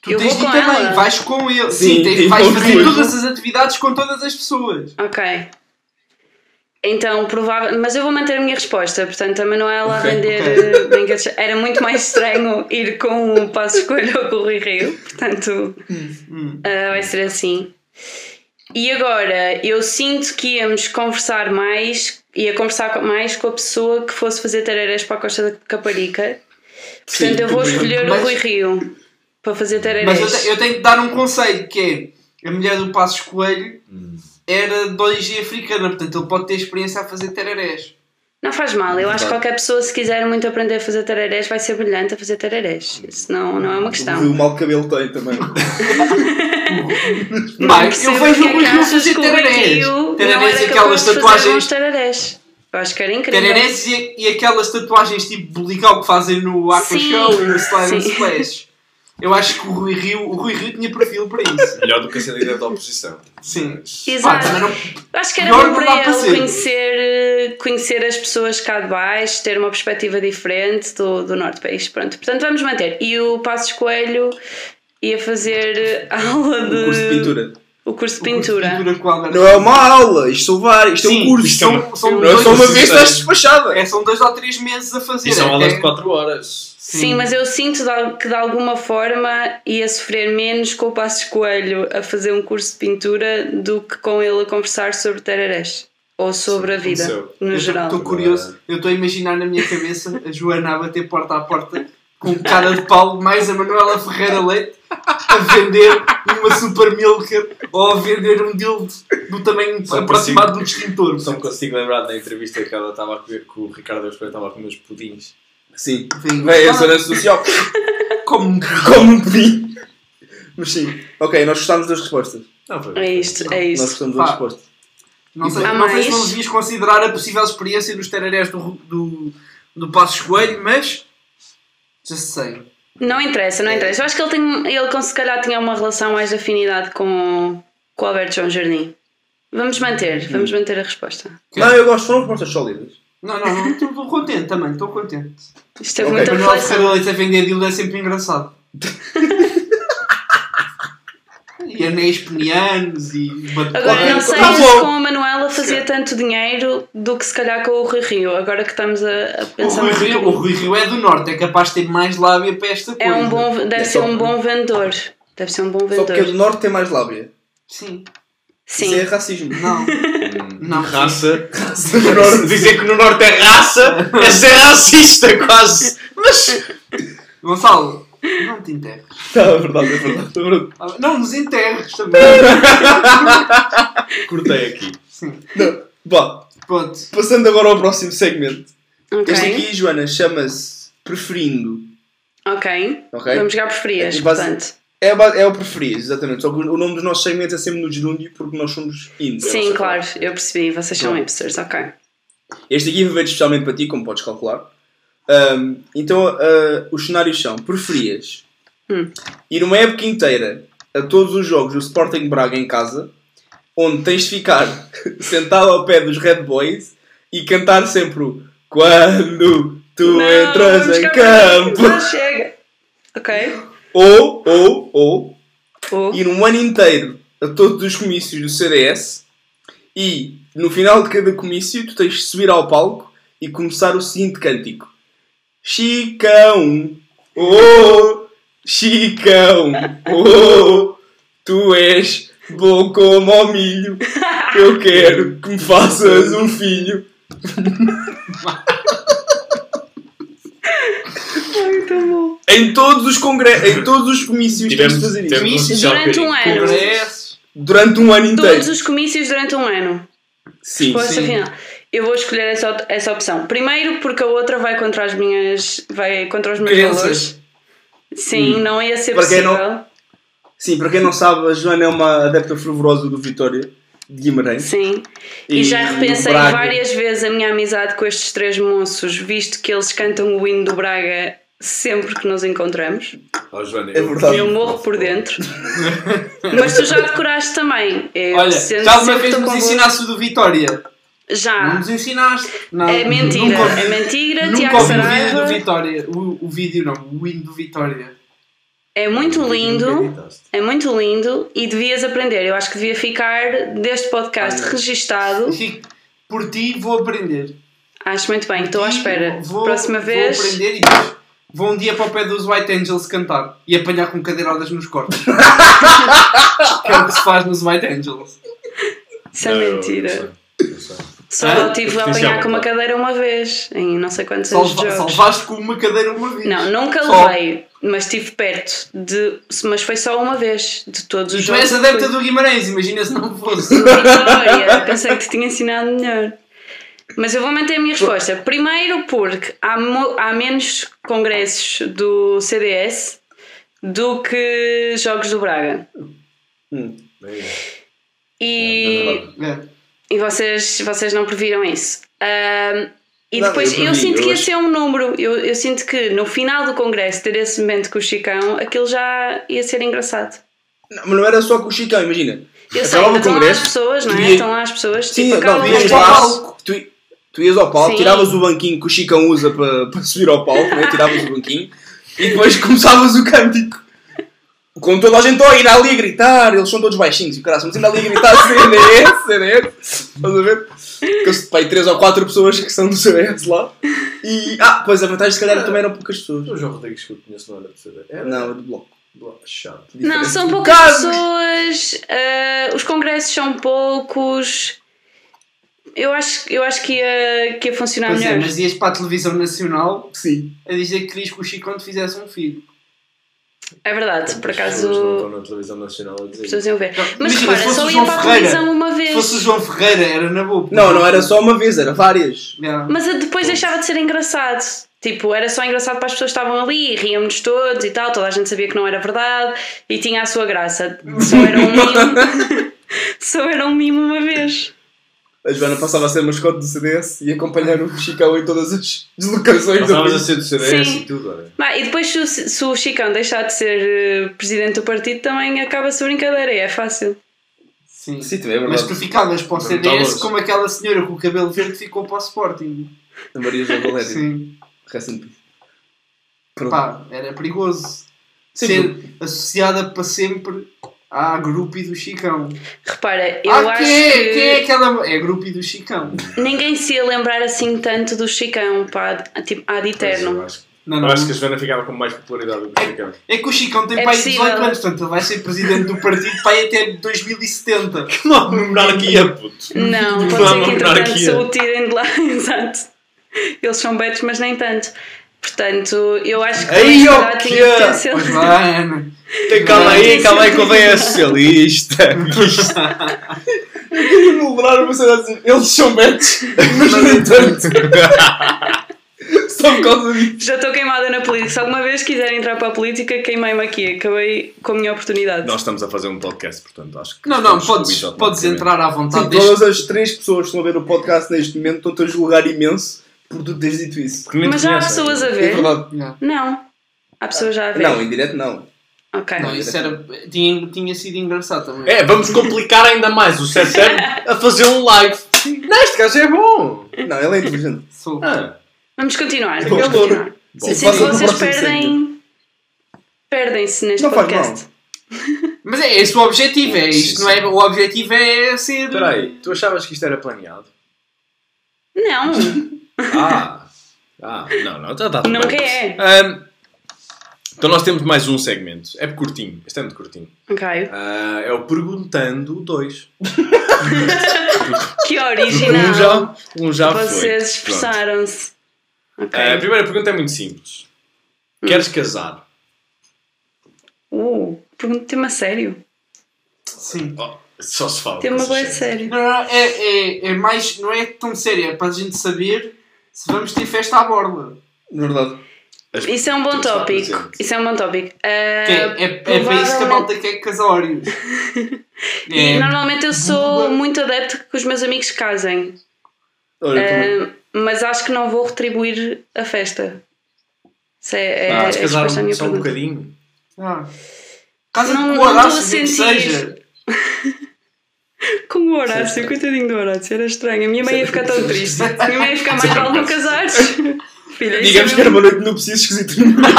[SPEAKER 3] Tu
[SPEAKER 2] Eu
[SPEAKER 3] tens
[SPEAKER 2] vou
[SPEAKER 3] de ir
[SPEAKER 2] com
[SPEAKER 3] também,
[SPEAKER 2] ela.
[SPEAKER 3] vais com ele.
[SPEAKER 1] Sim,
[SPEAKER 3] Sim, tens-
[SPEAKER 1] tem
[SPEAKER 3] vais
[SPEAKER 1] com
[SPEAKER 3] fazer
[SPEAKER 1] tudo.
[SPEAKER 3] todas as atividades com todas as pessoas.
[SPEAKER 2] Ok. Então, provável. Mas eu vou manter a minha resposta. Portanto, a Manuela
[SPEAKER 1] Ok,
[SPEAKER 2] a vender
[SPEAKER 3] ok.
[SPEAKER 2] eh, brinquedos. Era muito mais estranho ir com o Passo Escolho ou com o Rui Rio. Portanto,
[SPEAKER 3] Hum.
[SPEAKER 2] ah, vai ser assim. E agora, eu sinto que íamos conversar mais, ia conversar co- mais com a pessoa que fosse fazer tararés para a Costa da Caparica. Portanto,
[SPEAKER 1] Sim,
[SPEAKER 2] eu vou
[SPEAKER 1] compreendo.
[SPEAKER 2] escolher o
[SPEAKER 3] Mas-
[SPEAKER 2] Rui Rio para fazer
[SPEAKER 3] Mas
[SPEAKER 2] tararés.
[SPEAKER 3] eu, te- eu tenho de dar um conselho, que é, a mulher do Passos Coelho era de origem africana, portanto ele pode ter experiência a fazer tererés.
[SPEAKER 2] Não faz mal, eu acho que qualquer pessoa, se quiser muito aprender a fazer tararés, vai ser brilhante a fazer tararés. Isso não, não é uma
[SPEAKER 1] O
[SPEAKER 2] questão.
[SPEAKER 1] mau cabelo tem também.
[SPEAKER 3] Mas eu
[SPEAKER 2] percebo
[SPEAKER 3] vejo
[SPEAKER 2] porque é
[SPEAKER 3] o Rui
[SPEAKER 2] que
[SPEAKER 3] Rio
[SPEAKER 2] achas
[SPEAKER 3] fazer
[SPEAKER 2] que o Rui
[SPEAKER 3] tererés.
[SPEAKER 2] Rio não
[SPEAKER 3] Tererés
[SPEAKER 2] era
[SPEAKER 3] e aquelas
[SPEAKER 2] capaz de fazer
[SPEAKER 3] tatuagens
[SPEAKER 2] bons tararés. Eu acho que era incrível.
[SPEAKER 3] Tereres e, e aquelas tatuagens tipo bulical que fazem no Aqua
[SPEAKER 2] Sim,
[SPEAKER 3] Show e no Slide and
[SPEAKER 2] sim.
[SPEAKER 3] Splash. Eu acho que o Rui Rio, o Rui Rio tinha perfil para isso.
[SPEAKER 4] melhor do que ser líder da oposição.
[SPEAKER 3] Sim. Pá,
[SPEAKER 2] Exato.
[SPEAKER 3] também não-
[SPEAKER 2] Eu acho que era
[SPEAKER 3] Melhor
[SPEAKER 2] bom
[SPEAKER 3] não dá
[SPEAKER 2] para
[SPEAKER 3] para
[SPEAKER 2] ele
[SPEAKER 3] ser.
[SPEAKER 2] conhecer, eh, conhecer as pessoas cá de baixo, ter uma perspectiva diferente do, do norte do país. Pronto, portanto vamos manter. E o Passos Coelho ia fazer eh, (laughs) aula de...
[SPEAKER 1] O É um curso de pintura.
[SPEAKER 2] O curso de
[SPEAKER 3] o curso de
[SPEAKER 2] pintura.
[SPEAKER 3] pintura com o Alberto.
[SPEAKER 1] Não é uma aula, isto são vários, isto é
[SPEAKER 3] Sim,
[SPEAKER 1] um curso.
[SPEAKER 4] isto é uma-
[SPEAKER 3] são, são
[SPEAKER 1] Não é
[SPEAKER 3] dois,
[SPEAKER 1] só uma
[SPEAKER 4] Sim.
[SPEAKER 1] vez estás despachada.
[SPEAKER 3] é, são dois ou três meses a fazer.
[SPEAKER 4] E são
[SPEAKER 3] até-
[SPEAKER 4] aulas de 4 horas.
[SPEAKER 2] Sim, mas eu sinto de al- que de alguma forma ia sofrer menos com o Passos Coelho a fazer um curso de pintura do que com ele a conversar sobre tererés ou sobre a vida,
[SPEAKER 4] aconteceu.
[SPEAKER 2] no
[SPEAKER 3] Eu
[SPEAKER 2] geral.
[SPEAKER 3] Estou curioso. Eu estou a imaginar na minha cabeça a Joana a bater porta a porta com cara de pau, mais a Manuela Ferreira Leite a vender uma super milker ou a vender um dildo do tamanho
[SPEAKER 4] Só
[SPEAKER 3] aproximado do extintor.
[SPEAKER 4] Só me consigo lembrar da entrevista que ela estava a comer, que o Ricardo Escolha estava a comer os pudins.
[SPEAKER 1] Sim.
[SPEAKER 3] Sim.
[SPEAKER 4] É,
[SPEAKER 1] Vem, essa rede social.
[SPEAKER 3] Como
[SPEAKER 1] Como um pedi. Mas sim. Ok, nós gostámos das respostas.
[SPEAKER 4] Não, foi.
[SPEAKER 2] É isto, é
[SPEAKER 1] Nós
[SPEAKER 2] isto.
[SPEAKER 1] gostamos das
[SPEAKER 3] Pá.
[SPEAKER 1] respostas.
[SPEAKER 3] não sei,
[SPEAKER 2] Há
[SPEAKER 3] não sei
[SPEAKER 2] Ah, mais?
[SPEAKER 3] se não devias considerar a possível experiência dos tererés do, do, do Passo Coelho, mas já sei.
[SPEAKER 2] Não interessa, não interessa. Eu acho que ele, tem, ele com- se calhar tinha uma relação mais de afinidade com, com o Alberto João Jardim. Vamos manter, vamos manter a resposta.
[SPEAKER 1] Não, eu gosto, foram respostas sólidas.
[SPEAKER 3] Não, não, não, estou contente também, estou contente.
[SPEAKER 2] Isto é
[SPEAKER 1] Ok,
[SPEAKER 2] muita
[SPEAKER 3] O Manuel
[SPEAKER 2] reflexão.
[SPEAKER 3] Ferreira Leite a vender dildo é
[SPEAKER 2] (laughs)
[SPEAKER 3] sempre engraçado. e é anéis penianos e
[SPEAKER 2] Agora,
[SPEAKER 1] Ok,
[SPEAKER 2] não
[SPEAKER 3] batucas.
[SPEAKER 2] sei
[SPEAKER 1] tá
[SPEAKER 2] se
[SPEAKER 1] bom.
[SPEAKER 2] com a Manuela fazia tanto dinheiro do que se calhar com o Rui Rio, agora que estamos a, a
[SPEAKER 3] O
[SPEAKER 2] pensar
[SPEAKER 3] Rui,
[SPEAKER 2] no
[SPEAKER 3] Rio,
[SPEAKER 2] futuro.
[SPEAKER 3] o Rui Rio é do Norte, é capaz de ter mais lábia para esta
[SPEAKER 2] É
[SPEAKER 3] coisa.
[SPEAKER 2] um bom, deve
[SPEAKER 1] É
[SPEAKER 2] ser
[SPEAKER 1] só-
[SPEAKER 2] um bom vendedor. Deve ser um bom
[SPEAKER 1] Só porque o
[SPEAKER 2] vendedor.
[SPEAKER 1] norte tem mais lábia.
[SPEAKER 3] Sim.
[SPEAKER 1] Isso é
[SPEAKER 2] Sim.
[SPEAKER 1] racismo. (laughs)
[SPEAKER 3] Não. não.
[SPEAKER 4] Raça.
[SPEAKER 1] No Norte.
[SPEAKER 4] (laughs) Dizer que no Norte é (laughs) raça é ser racista, quase. Mas.
[SPEAKER 3] Gonçalo, não te enterres.
[SPEAKER 1] Tá, é verdade, é verdade. é verdade.
[SPEAKER 3] Ah, Não nos enterres também.
[SPEAKER 4] Cortei aqui.
[SPEAKER 3] Sim.
[SPEAKER 1] Não, vá.
[SPEAKER 3] Pronto.
[SPEAKER 1] Passando agora ao próximo segmento. Este
[SPEAKER 2] Ok.
[SPEAKER 1] aqui, Joana, chama-se Preferindo.
[SPEAKER 2] Ok.
[SPEAKER 1] Ok?
[SPEAKER 2] Vamos jogar por frias,
[SPEAKER 1] É base-
[SPEAKER 2] portanto.
[SPEAKER 1] É, a ba- é o preferido, exatamente. Só que o nome dos nossos segmentos é sempre no gerúndio porque nós somos índios.
[SPEAKER 2] Sim, claro, eu percebi. Vocês são
[SPEAKER 1] Pronto.
[SPEAKER 2] hipsters, ok.
[SPEAKER 1] Este aqui veio especialmente para ti, como podes calcular. Ahm, então, ah, os cenários são: preferias
[SPEAKER 2] Hum.
[SPEAKER 1] ir uma época inteira a todos os jogos do Sporting Braga em casa, onde tens de ficar (laughs) sentado ao pé dos Red Boys e cantar sempre o Quando tu entras
[SPEAKER 2] vamos
[SPEAKER 1] em
[SPEAKER 2] cá-
[SPEAKER 1] campo.
[SPEAKER 2] Já chega. Ok.
[SPEAKER 1] Ou, ou, ou,
[SPEAKER 2] Oh.
[SPEAKER 1] ir um ano inteiro a todos os comícios do CDS e no final de cada comício tu tens de subir ao palco e começar o seguinte cântico: Chicão, oh, Chicão, oh, tu és bom como ao milho, eu quero que me faças um filho.
[SPEAKER 2] tá
[SPEAKER 1] Em todos os congressos, em todos os comícios tens de
[SPEAKER 4] Tivemos,
[SPEAKER 1] fazer
[SPEAKER 4] tivemos um
[SPEAKER 1] isso.
[SPEAKER 4] especial
[SPEAKER 2] Durante um
[SPEAKER 4] bocadinho.
[SPEAKER 2] ano.
[SPEAKER 3] Congressos.
[SPEAKER 1] Durante um ano inteiro.
[SPEAKER 2] Todos os comícios durante um ano.
[SPEAKER 1] Sim,
[SPEAKER 2] Posso
[SPEAKER 1] sim.
[SPEAKER 2] afinal? Eu vou escolher essa, op- essa opção. Primeiro porque a outra vai contra as minhas. vai contra os meus
[SPEAKER 3] Crenças.
[SPEAKER 2] valores. Sim, não ia ser
[SPEAKER 1] Hum. Para quem
[SPEAKER 2] possível.
[SPEAKER 1] não- Sim, para quem não sabe, a Joana é uma adepta fervorosa do Vitória de Guimarães.
[SPEAKER 2] Sim. E,
[SPEAKER 1] E
[SPEAKER 2] já repensei
[SPEAKER 1] Braga.
[SPEAKER 2] várias vezes a minha amizade com estes três moços, visto que eles cantam o hino do Braga sempre que nos encontramos.
[SPEAKER 4] Oh, Joana,
[SPEAKER 1] É
[SPEAKER 3] Tá.
[SPEAKER 1] verdade.
[SPEAKER 2] Eu morro por dentro.
[SPEAKER 3] (laughs)
[SPEAKER 2] Mas tu já decoraste também. Eu
[SPEAKER 3] Olha,
[SPEAKER 2] sendo-
[SPEAKER 3] já alguma
[SPEAKER 2] sempre
[SPEAKER 3] vez
[SPEAKER 2] estou
[SPEAKER 3] nos
[SPEAKER 2] convosco.
[SPEAKER 3] ensinaste o do Vitória? Não
[SPEAKER 2] Já.
[SPEAKER 3] nos ensinaste. Não,
[SPEAKER 2] É mentira,
[SPEAKER 3] Nunca, ouvi-
[SPEAKER 2] é mentira,
[SPEAKER 3] nunca
[SPEAKER 2] Tiago
[SPEAKER 3] ouvi o vídeo do
[SPEAKER 2] Saraiva.
[SPEAKER 3] Vitória. O, o vídeo não, o hino do Vitória.
[SPEAKER 2] É muito lindo,
[SPEAKER 4] Acreditaste.
[SPEAKER 2] é muito lindo e devias aprender. Eu acho que devia ficar deste podcast registado.
[SPEAKER 3] Fico, por ti vou aprender.
[SPEAKER 2] Acho muito bem, estou à
[SPEAKER 3] Ti
[SPEAKER 2] espera.
[SPEAKER 3] vou-
[SPEAKER 2] Próxima
[SPEAKER 3] Vou
[SPEAKER 2] vez.
[SPEAKER 3] aprender e depois vou um dia para o pé dos White Angels cantar e apanhar com cadeiradas nos corpos. (laughs) que é o que se faz nos White Angels.
[SPEAKER 2] Isso é
[SPEAKER 4] Não, eu- eu
[SPEAKER 2] mentira.
[SPEAKER 4] sei, eu sei.
[SPEAKER 2] Só
[SPEAKER 3] Hã?
[SPEAKER 2] eu tive a
[SPEAKER 4] Potencial,
[SPEAKER 2] apanhar com uma
[SPEAKER 4] claro.
[SPEAKER 2] cadeira uma vez, em não sei quantos
[SPEAKER 3] Só,
[SPEAKER 2] anos de
[SPEAKER 3] leva- só
[SPEAKER 2] jogos.
[SPEAKER 3] levaste com uma cadeira uma vez.
[SPEAKER 2] Não, nunca
[SPEAKER 3] Só.
[SPEAKER 2] levei, mas estive perto de. Mas foi só uma vez de todos os
[SPEAKER 3] E tu
[SPEAKER 2] jogos.
[SPEAKER 3] és
[SPEAKER 2] que
[SPEAKER 3] adepta
[SPEAKER 2] fui.
[SPEAKER 3] do Guimarães, imagina se não fosse. (laughs)
[SPEAKER 2] Vitória, pensei que te tinha ensinado melhor. Mas eu vou manter a minha resposta. Primeiro porque há, mo- há menos congressos do CDS do que jogos do Braga.
[SPEAKER 3] Hum.
[SPEAKER 2] E,
[SPEAKER 3] É.
[SPEAKER 2] e vocês, vocês não previram isso. Ahm, e
[SPEAKER 1] Não,
[SPEAKER 2] depois
[SPEAKER 1] eu
[SPEAKER 2] eu,
[SPEAKER 1] previ,
[SPEAKER 2] sinto que
[SPEAKER 1] eu
[SPEAKER 2] ia
[SPEAKER 1] acho-
[SPEAKER 2] ser um número. Eu, eu sinto que no final do congresso, ter esse momento com o Chicão, aquilo já ia ser engraçado.
[SPEAKER 1] Não, mas não era só com o Chicão, imagina.
[SPEAKER 2] Eu sei,
[SPEAKER 1] Acabava o
[SPEAKER 2] mas estão lá as
[SPEAKER 1] congresso,
[SPEAKER 2] pessoas, não é?
[SPEAKER 1] devia-
[SPEAKER 2] Estão lá as pessoas.
[SPEAKER 1] Sim,
[SPEAKER 2] tipo,
[SPEAKER 1] não,
[SPEAKER 2] acabam
[SPEAKER 1] tu
[SPEAKER 3] ias
[SPEAKER 1] ias
[SPEAKER 2] os
[SPEAKER 3] lá-
[SPEAKER 2] jogos.
[SPEAKER 1] ao
[SPEAKER 3] palco.
[SPEAKER 1] palco. Tu, tu ias ao palco,
[SPEAKER 2] Sim.
[SPEAKER 1] tiravas o banquinho que o Chicão usa para, para subir ao palco, né? tiravas o banquinho e depois (laughs) começavas o cântico. Com toda a gente a ir ali a gritar, eles são todos baixinhos e o caralho, mas ainda ali a gritar (laughs) CDS, CDS. Estás a ver? Porque eu pai, 3 ou 4 pessoas que são do CDS lá. E, ah, pois a vantagem se calhar também eram poucas pessoas.
[SPEAKER 4] O João Rodrigues que eu conheço não era de saber. Era
[SPEAKER 1] Não, era de bloco.
[SPEAKER 4] chato.
[SPEAKER 2] Não,
[SPEAKER 1] Diferente.
[SPEAKER 2] são poucas
[SPEAKER 1] Casos.
[SPEAKER 2] pessoas, ah, os congressos são poucos. Eu acho, eu acho que, ia, que ia funcionar
[SPEAKER 3] Pois é,
[SPEAKER 2] melhor.
[SPEAKER 3] mas ias para a televisão nacional
[SPEAKER 1] Sim.
[SPEAKER 3] a dizer que querias que o Chicão te fizesse um filho.
[SPEAKER 2] É verdade, por
[SPEAKER 4] As pessoas não estão
[SPEAKER 2] acaso
[SPEAKER 4] na televisão nacional a
[SPEAKER 2] as
[SPEAKER 4] dizer.
[SPEAKER 2] pessoas iam ver. Mas
[SPEAKER 3] Imagina, se
[SPEAKER 2] repara,
[SPEAKER 3] fosse
[SPEAKER 2] só
[SPEAKER 3] o
[SPEAKER 2] ia
[SPEAKER 3] João
[SPEAKER 2] para a
[SPEAKER 3] Ferreira,
[SPEAKER 2] televisão uma
[SPEAKER 3] Se
[SPEAKER 2] vez.
[SPEAKER 3] fosse o João Ferreira, era na boa.
[SPEAKER 1] Não, não era só uma vez, era várias.
[SPEAKER 3] Yeah.
[SPEAKER 2] Mas depois deixava de ser engraçado. Tipo, era só engraçado para as pessoas que estavam ali, riam-nos todos e tal, toda a gente sabia que não era verdade e tinha a sua graça. Só era um mimo. só era um mimo uma vez.
[SPEAKER 1] A Joana passava a ser mascote do CDS e acompanhar o Chicão em todas as deslocações
[SPEAKER 4] Nós
[SPEAKER 1] do
[SPEAKER 4] estávamos a
[SPEAKER 1] país.
[SPEAKER 4] ser do CDS
[SPEAKER 2] Sim.
[SPEAKER 4] e tudo, olha.
[SPEAKER 2] Bah, e depois, se, o- se o Chicão deixar de ser eh, presidente do partido, também acaba-se a brincadeira. e É fácil.
[SPEAKER 3] Sim.
[SPEAKER 4] Sim, também é
[SPEAKER 3] Mas
[SPEAKER 4] verdade.
[SPEAKER 3] tu ficavas para o
[SPEAKER 4] Não
[SPEAKER 3] CDS
[SPEAKER 4] estavas.
[SPEAKER 3] como aquela senhora com o cabelo verde ficou para o Sporting.
[SPEAKER 1] A Maria João Valéria.
[SPEAKER 3] Sim.
[SPEAKER 1] Rest in peace. Pronto.
[SPEAKER 3] Pá, era perigoso.
[SPEAKER 1] Sim,
[SPEAKER 3] Ser associada para sempre à grupo do Chicão.
[SPEAKER 2] Repara, eu
[SPEAKER 3] ah,
[SPEAKER 2] acho
[SPEAKER 3] quem é?
[SPEAKER 2] que.
[SPEAKER 3] Quem é aquela. É grupo do Chicão.
[SPEAKER 2] Ninguém se ia lembrar assim tanto do Chicão, pá, tipo, ad
[SPEAKER 4] Pois,
[SPEAKER 2] eterno.
[SPEAKER 4] eu acho.
[SPEAKER 3] Não,
[SPEAKER 4] Eu
[SPEAKER 3] não.
[SPEAKER 4] acho que a Joana ficava com mais popularidade do que o Chicão.
[SPEAKER 3] É que o Chicão tem
[SPEAKER 2] É
[SPEAKER 3] pai de
[SPEAKER 2] possível.
[SPEAKER 3] 18 anos, portanto ele vai ser presidente do partido pai até 2070.
[SPEAKER 4] (laughs) Não, monarquia, (laughs) puto.
[SPEAKER 2] Não, pode
[SPEAKER 4] Não, é.
[SPEAKER 2] ser que entretanto
[SPEAKER 4] monarquia.
[SPEAKER 2] se o tirem de lá, (laughs) exato. Eles são betos, mas nem tanto. Portanto, eu acho que
[SPEAKER 4] Ei,
[SPEAKER 2] também se
[SPEAKER 4] ó,
[SPEAKER 2] calhar
[SPEAKER 4] que
[SPEAKER 2] tinha
[SPEAKER 4] é.
[SPEAKER 2] potencial.
[SPEAKER 3] Pois vai, né? Ana.
[SPEAKER 4] Calma aí, calma aí, que eu venho a socialista.
[SPEAKER 1] Eu não lembrar você a dizer, assim, eles são betos, mas no entanto. (laughs) Só por causa disso.
[SPEAKER 2] (laughs) Já estou queimada na política. Se alguma vez quiserem entrar para a política, queimei-me aqui. Acabei com a minha oportunidade.
[SPEAKER 4] (laughs) Nós estamos a fazer um podcast, portanto, acho que.
[SPEAKER 3] Não, não,
[SPEAKER 4] estamos
[SPEAKER 3] podes,
[SPEAKER 4] excluídos
[SPEAKER 3] podes entrar à vontade.
[SPEAKER 1] Sim,
[SPEAKER 3] desde-
[SPEAKER 1] todas as três pessoas que estão a ver o podcast neste momento estão-te a julgar imenso por tu teres dito isso.
[SPEAKER 4] automaticamente.
[SPEAKER 2] Mas já há
[SPEAKER 4] Porque nem te
[SPEAKER 2] pessoas a
[SPEAKER 1] É
[SPEAKER 2] ver?
[SPEAKER 1] verdade.
[SPEAKER 3] Não,
[SPEAKER 2] Não. Há pessoas já a ver?
[SPEAKER 1] Não, em direto não.
[SPEAKER 2] Ok.
[SPEAKER 3] não, isso era. Tinha, tinha sido engraçado também.
[SPEAKER 4] conhecem. É, vamos complicar ainda mais o 77 a fazer um live. Não, este gajo é bom.
[SPEAKER 1] Não, ele é inteligente.
[SPEAKER 3] Sou.
[SPEAKER 4] Ah,
[SPEAKER 2] Vamos continuar.
[SPEAKER 1] Sim,
[SPEAKER 2] Vamos
[SPEAKER 1] acabou.
[SPEAKER 2] continuar.
[SPEAKER 4] Bom,
[SPEAKER 2] Sim,
[SPEAKER 1] passa no
[SPEAKER 2] vocês
[SPEAKER 1] um próximo
[SPEAKER 2] perdem... Perdem-se neste
[SPEAKER 1] Não faz
[SPEAKER 2] podcast.
[SPEAKER 3] Mas é esse o objetivo, é isto, não é? O objetivo é ser.
[SPEAKER 4] espera aí, tu achavas que isto era planeado?
[SPEAKER 1] (laughs)
[SPEAKER 2] Não,
[SPEAKER 4] Ah, (laughs) ah não, não, está tá tudo
[SPEAKER 2] nunca
[SPEAKER 4] bem.
[SPEAKER 2] é.
[SPEAKER 4] Ahm, então nós temos mais um segmento. É curtinho, este é muito curtinho.
[SPEAKER 2] Ok.
[SPEAKER 4] Ah, é o Perguntando 2.
[SPEAKER 2] Que
[SPEAKER 4] Um
[SPEAKER 2] original.
[SPEAKER 4] (laughs) já, um já foi.
[SPEAKER 2] Vocês
[SPEAKER 4] Pronto.
[SPEAKER 2] expressaram-se. Ok. Hum.
[SPEAKER 4] Ah, a primeira pergunta é muito simples. Queres casar?
[SPEAKER 2] Uh, pergunta tema sério.
[SPEAKER 3] Sim.
[SPEAKER 4] Oh, só se fala.
[SPEAKER 2] Tema
[SPEAKER 4] coisas
[SPEAKER 2] bem
[SPEAKER 4] sérias.
[SPEAKER 2] sério.
[SPEAKER 3] Não, não, é, é, é mais. Não é tão sério, é para a gente saber se vamos ter festa à borla.
[SPEAKER 1] Verdade.
[SPEAKER 4] As-
[SPEAKER 2] Isso é um bom
[SPEAKER 4] Temos de estar
[SPEAKER 2] tópico.
[SPEAKER 4] presentes.
[SPEAKER 2] Isso é um bom tópico. Ah,
[SPEAKER 3] Que é, é, é para isso que a
[SPEAKER 2] provavelmente-
[SPEAKER 3] malta quer
[SPEAKER 2] (laughs)
[SPEAKER 3] casórios.
[SPEAKER 2] E
[SPEAKER 3] É,
[SPEAKER 2] normalmente eu sou
[SPEAKER 3] Boa.
[SPEAKER 2] muito adepto que os meus amigos casem,
[SPEAKER 1] Olha, eu também.
[SPEAKER 2] Ah, mas acho que não vou retribuir a festa. Isso é, é,
[SPEAKER 4] Ah,
[SPEAKER 2] é
[SPEAKER 4] se
[SPEAKER 2] a resposta à
[SPEAKER 4] casaram
[SPEAKER 2] minha
[SPEAKER 4] só um
[SPEAKER 2] pergunta.
[SPEAKER 4] bocadinho.
[SPEAKER 3] ah, casa
[SPEAKER 2] Não-
[SPEAKER 3] de
[SPEAKER 2] não estou a
[SPEAKER 3] Horácio, que
[SPEAKER 2] sentir
[SPEAKER 3] seja.
[SPEAKER 2] Com o Horácio, coitadinho do Horácio, era estranho. A minha mãe ia ficar
[SPEAKER 4] (laughs)
[SPEAKER 2] tão triste. A minha mãe ia ficar mais vale não casares. Filha, isso
[SPEAKER 1] Digamos
[SPEAKER 2] é
[SPEAKER 1] que era
[SPEAKER 2] mesmo-
[SPEAKER 1] uma noite de núpcias esquisita.
[SPEAKER 4] (laughs)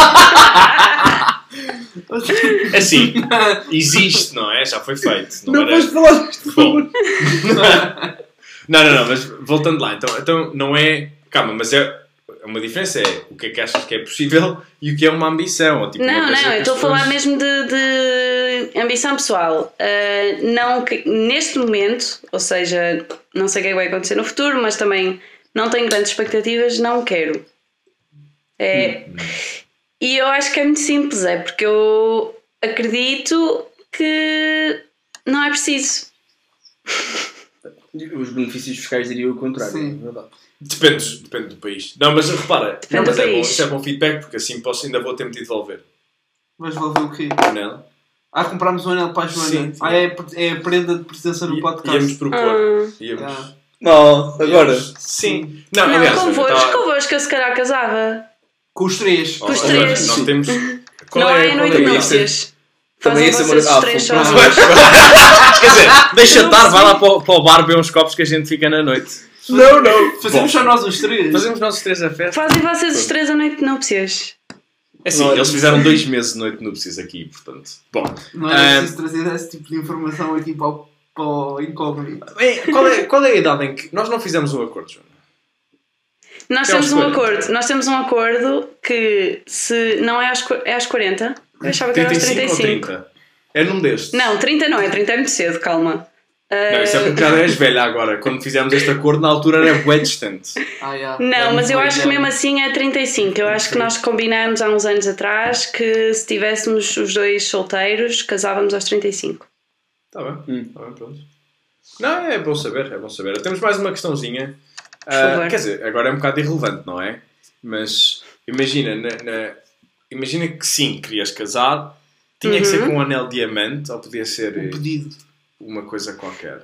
[SPEAKER 2] (laughs)
[SPEAKER 4] Assim, existe, não é? Já foi feito. Não,
[SPEAKER 1] Não
[SPEAKER 4] era-
[SPEAKER 1] podes falar isto, por
[SPEAKER 4] Bom.
[SPEAKER 1] favor.
[SPEAKER 4] (laughs) não, não, não, mas voltando lá, então, então não é. Calma, mas é. Uma diferença é o que é que achas que é possível e o que é uma ambição. Ou, tipo, uma
[SPEAKER 2] Não,
[SPEAKER 4] coisa que
[SPEAKER 2] não, eu
[SPEAKER 4] as
[SPEAKER 2] estou a falar
[SPEAKER 4] pessoas-
[SPEAKER 2] mesmo de, de ambição pessoal. Ah, não que- neste momento, ou seja, não sei o que é que vai acontecer no futuro, mas também não tenho grandes expectativas, não quero. É,
[SPEAKER 4] Hum.
[SPEAKER 2] E eu acho que é muito simples, é porque eu acredito que não é preciso.
[SPEAKER 1] Os benefícios fiscais diriam o contrário.
[SPEAKER 3] Sim.
[SPEAKER 1] é verdade.
[SPEAKER 4] Depende, depende do país. Não, mas repara,
[SPEAKER 2] Depende
[SPEAKER 4] não, mas
[SPEAKER 2] do
[SPEAKER 4] é bom,
[SPEAKER 2] país.
[SPEAKER 4] isso é bom feedback porque assim posso, ainda vou tempo de devolver.
[SPEAKER 3] Mas valeu o quê?
[SPEAKER 4] Não? é?
[SPEAKER 3] Ah, comprámos um anel para a Joana.
[SPEAKER 4] Sim, sim.
[SPEAKER 3] Ah, é, é a prenda de presença no
[SPEAKER 4] I-
[SPEAKER 3] podcast.
[SPEAKER 4] Íamos propor.
[SPEAKER 2] Ah,
[SPEAKER 4] Íamos.
[SPEAKER 3] Ah.
[SPEAKER 1] Não, agora.
[SPEAKER 4] íamos- Sim. Não,
[SPEAKER 2] não,
[SPEAKER 4] aliás, eu
[SPEAKER 2] convosco,
[SPEAKER 4] tava-
[SPEAKER 2] convosco eu se calhar casava.
[SPEAKER 3] Com os três.
[SPEAKER 4] Oh,
[SPEAKER 2] Com os
[SPEAKER 4] agora,
[SPEAKER 2] três.
[SPEAKER 4] Nós temos. Qual
[SPEAKER 2] não
[SPEAKER 4] é,
[SPEAKER 2] há
[SPEAKER 4] qual
[SPEAKER 2] noite de
[SPEAKER 4] é a
[SPEAKER 2] núpcias.
[SPEAKER 1] Também
[SPEAKER 2] Fazem
[SPEAKER 1] esse é
[SPEAKER 2] vocês
[SPEAKER 1] uma-
[SPEAKER 2] os
[SPEAKER 1] ah,
[SPEAKER 2] três
[SPEAKER 1] foi-
[SPEAKER 2] sozinhos.
[SPEAKER 4] (laughs) Quer dizer, deixa
[SPEAKER 2] Não
[SPEAKER 4] estar,
[SPEAKER 2] sei.
[SPEAKER 4] vai lá para o, para o bar beber uns copos que a gente fica na noite.
[SPEAKER 1] Não, não.
[SPEAKER 3] Fazemos só nós os três.
[SPEAKER 4] Fazemos nós os três a festa.
[SPEAKER 2] Fazem vocês os três a noite de núpcias.
[SPEAKER 4] É assim,
[SPEAKER 1] Não,
[SPEAKER 4] eles fizeram dois meses de noite de núpcias aqui, portanto. Bom,
[SPEAKER 3] Não
[SPEAKER 4] Ah.
[SPEAKER 3] é preciso trazer esse tipo de informação aqui para o, para o incógnito.
[SPEAKER 4] bem, qual é, qual é a idade em que. Nós não fizemos um acordo, João.
[SPEAKER 2] Nós
[SPEAKER 4] Até
[SPEAKER 2] temos
[SPEAKER 4] aos
[SPEAKER 2] um
[SPEAKER 4] 40.
[SPEAKER 2] acordo. Nós temos um acordo que se não é aos, qu- é aos 40. Eu achava que era aos
[SPEAKER 4] 35 ou
[SPEAKER 2] 35.
[SPEAKER 4] 30? É num destes.
[SPEAKER 2] Não, 30 não é, 30 é muito cedo, calma. Ah,
[SPEAKER 4] Não, isso é porque já és velha agora. Quando fizemos este acordo, na altura era bué distante.
[SPEAKER 3] Ah, yeah.
[SPEAKER 2] não,
[SPEAKER 3] É
[SPEAKER 2] mas
[SPEAKER 3] muito
[SPEAKER 2] eu
[SPEAKER 3] bem,
[SPEAKER 2] acho que
[SPEAKER 3] é.
[SPEAKER 2] mesmo assim é 35. Eu acho que nós combinámos há uns anos atrás que se tivéssemos os dois solteiros, casávamos aos 35.
[SPEAKER 4] Está Tá bem,
[SPEAKER 1] Hum.
[SPEAKER 4] está bem, pronto. Não, é bom saber, é bom saber. Temos mais uma questãozinha. Ah,
[SPEAKER 2] favor.
[SPEAKER 4] quer dizer, agora é um bocado irrelevante, não é? Mas imagina, na- na- imagina que sim, querias casar, tinha que ser
[SPEAKER 2] Uhum. assim-
[SPEAKER 4] com um anel diamante ou podia ser
[SPEAKER 3] Um
[SPEAKER 4] eh,
[SPEAKER 3] pedido.
[SPEAKER 4] uma coisa qualquer.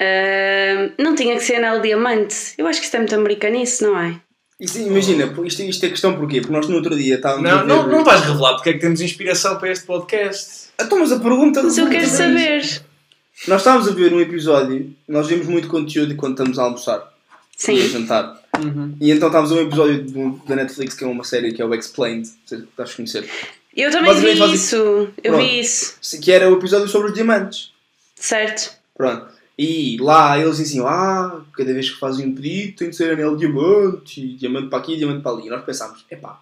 [SPEAKER 2] Ah, não tinha que ser anel diamante. Eu acho que isso é muito americanice, não é?
[SPEAKER 1] Isso, imagina, pô, isto, isto é questão porquê? Porque nós no outro dia estávamos a
[SPEAKER 4] Não,
[SPEAKER 1] ver...
[SPEAKER 4] não, não vais revelar porque é que temos inspiração para este (laughs) podcast.
[SPEAKER 1] Então, mas a pergunta...
[SPEAKER 2] Mas eu quero saber.
[SPEAKER 1] é Nós estávamos a ver um episódio, nós vemos muito conteúdo quando estamos a almoçar e a
[SPEAKER 2] Sim.
[SPEAKER 1] jantar.
[SPEAKER 3] Uhum.
[SPEAKER 1] E então estávamos a um episódio de um- da Netflix que é uma série que é o Explained, não sei se estás a conhecer.
[SPEAKER 2] Eu também vi
[SPEAKER 1] Basicamente, basic-
[SPEAKER 2] isso. Eu
[SPEAKER 1] Pronto.
[SPEAKER 2] vi isso.
[SPEAKER 1] Se- Que era o episódio sobre os diamantes.
[SPEAKER 2] Certo.
[SPEAKER 1] Pronto. E lá eles diziam, ah, cada vez que fazem um pedido tem de ser anel de diamante, e diamante para aqui e diamante para ali. E nós pensámos, epá,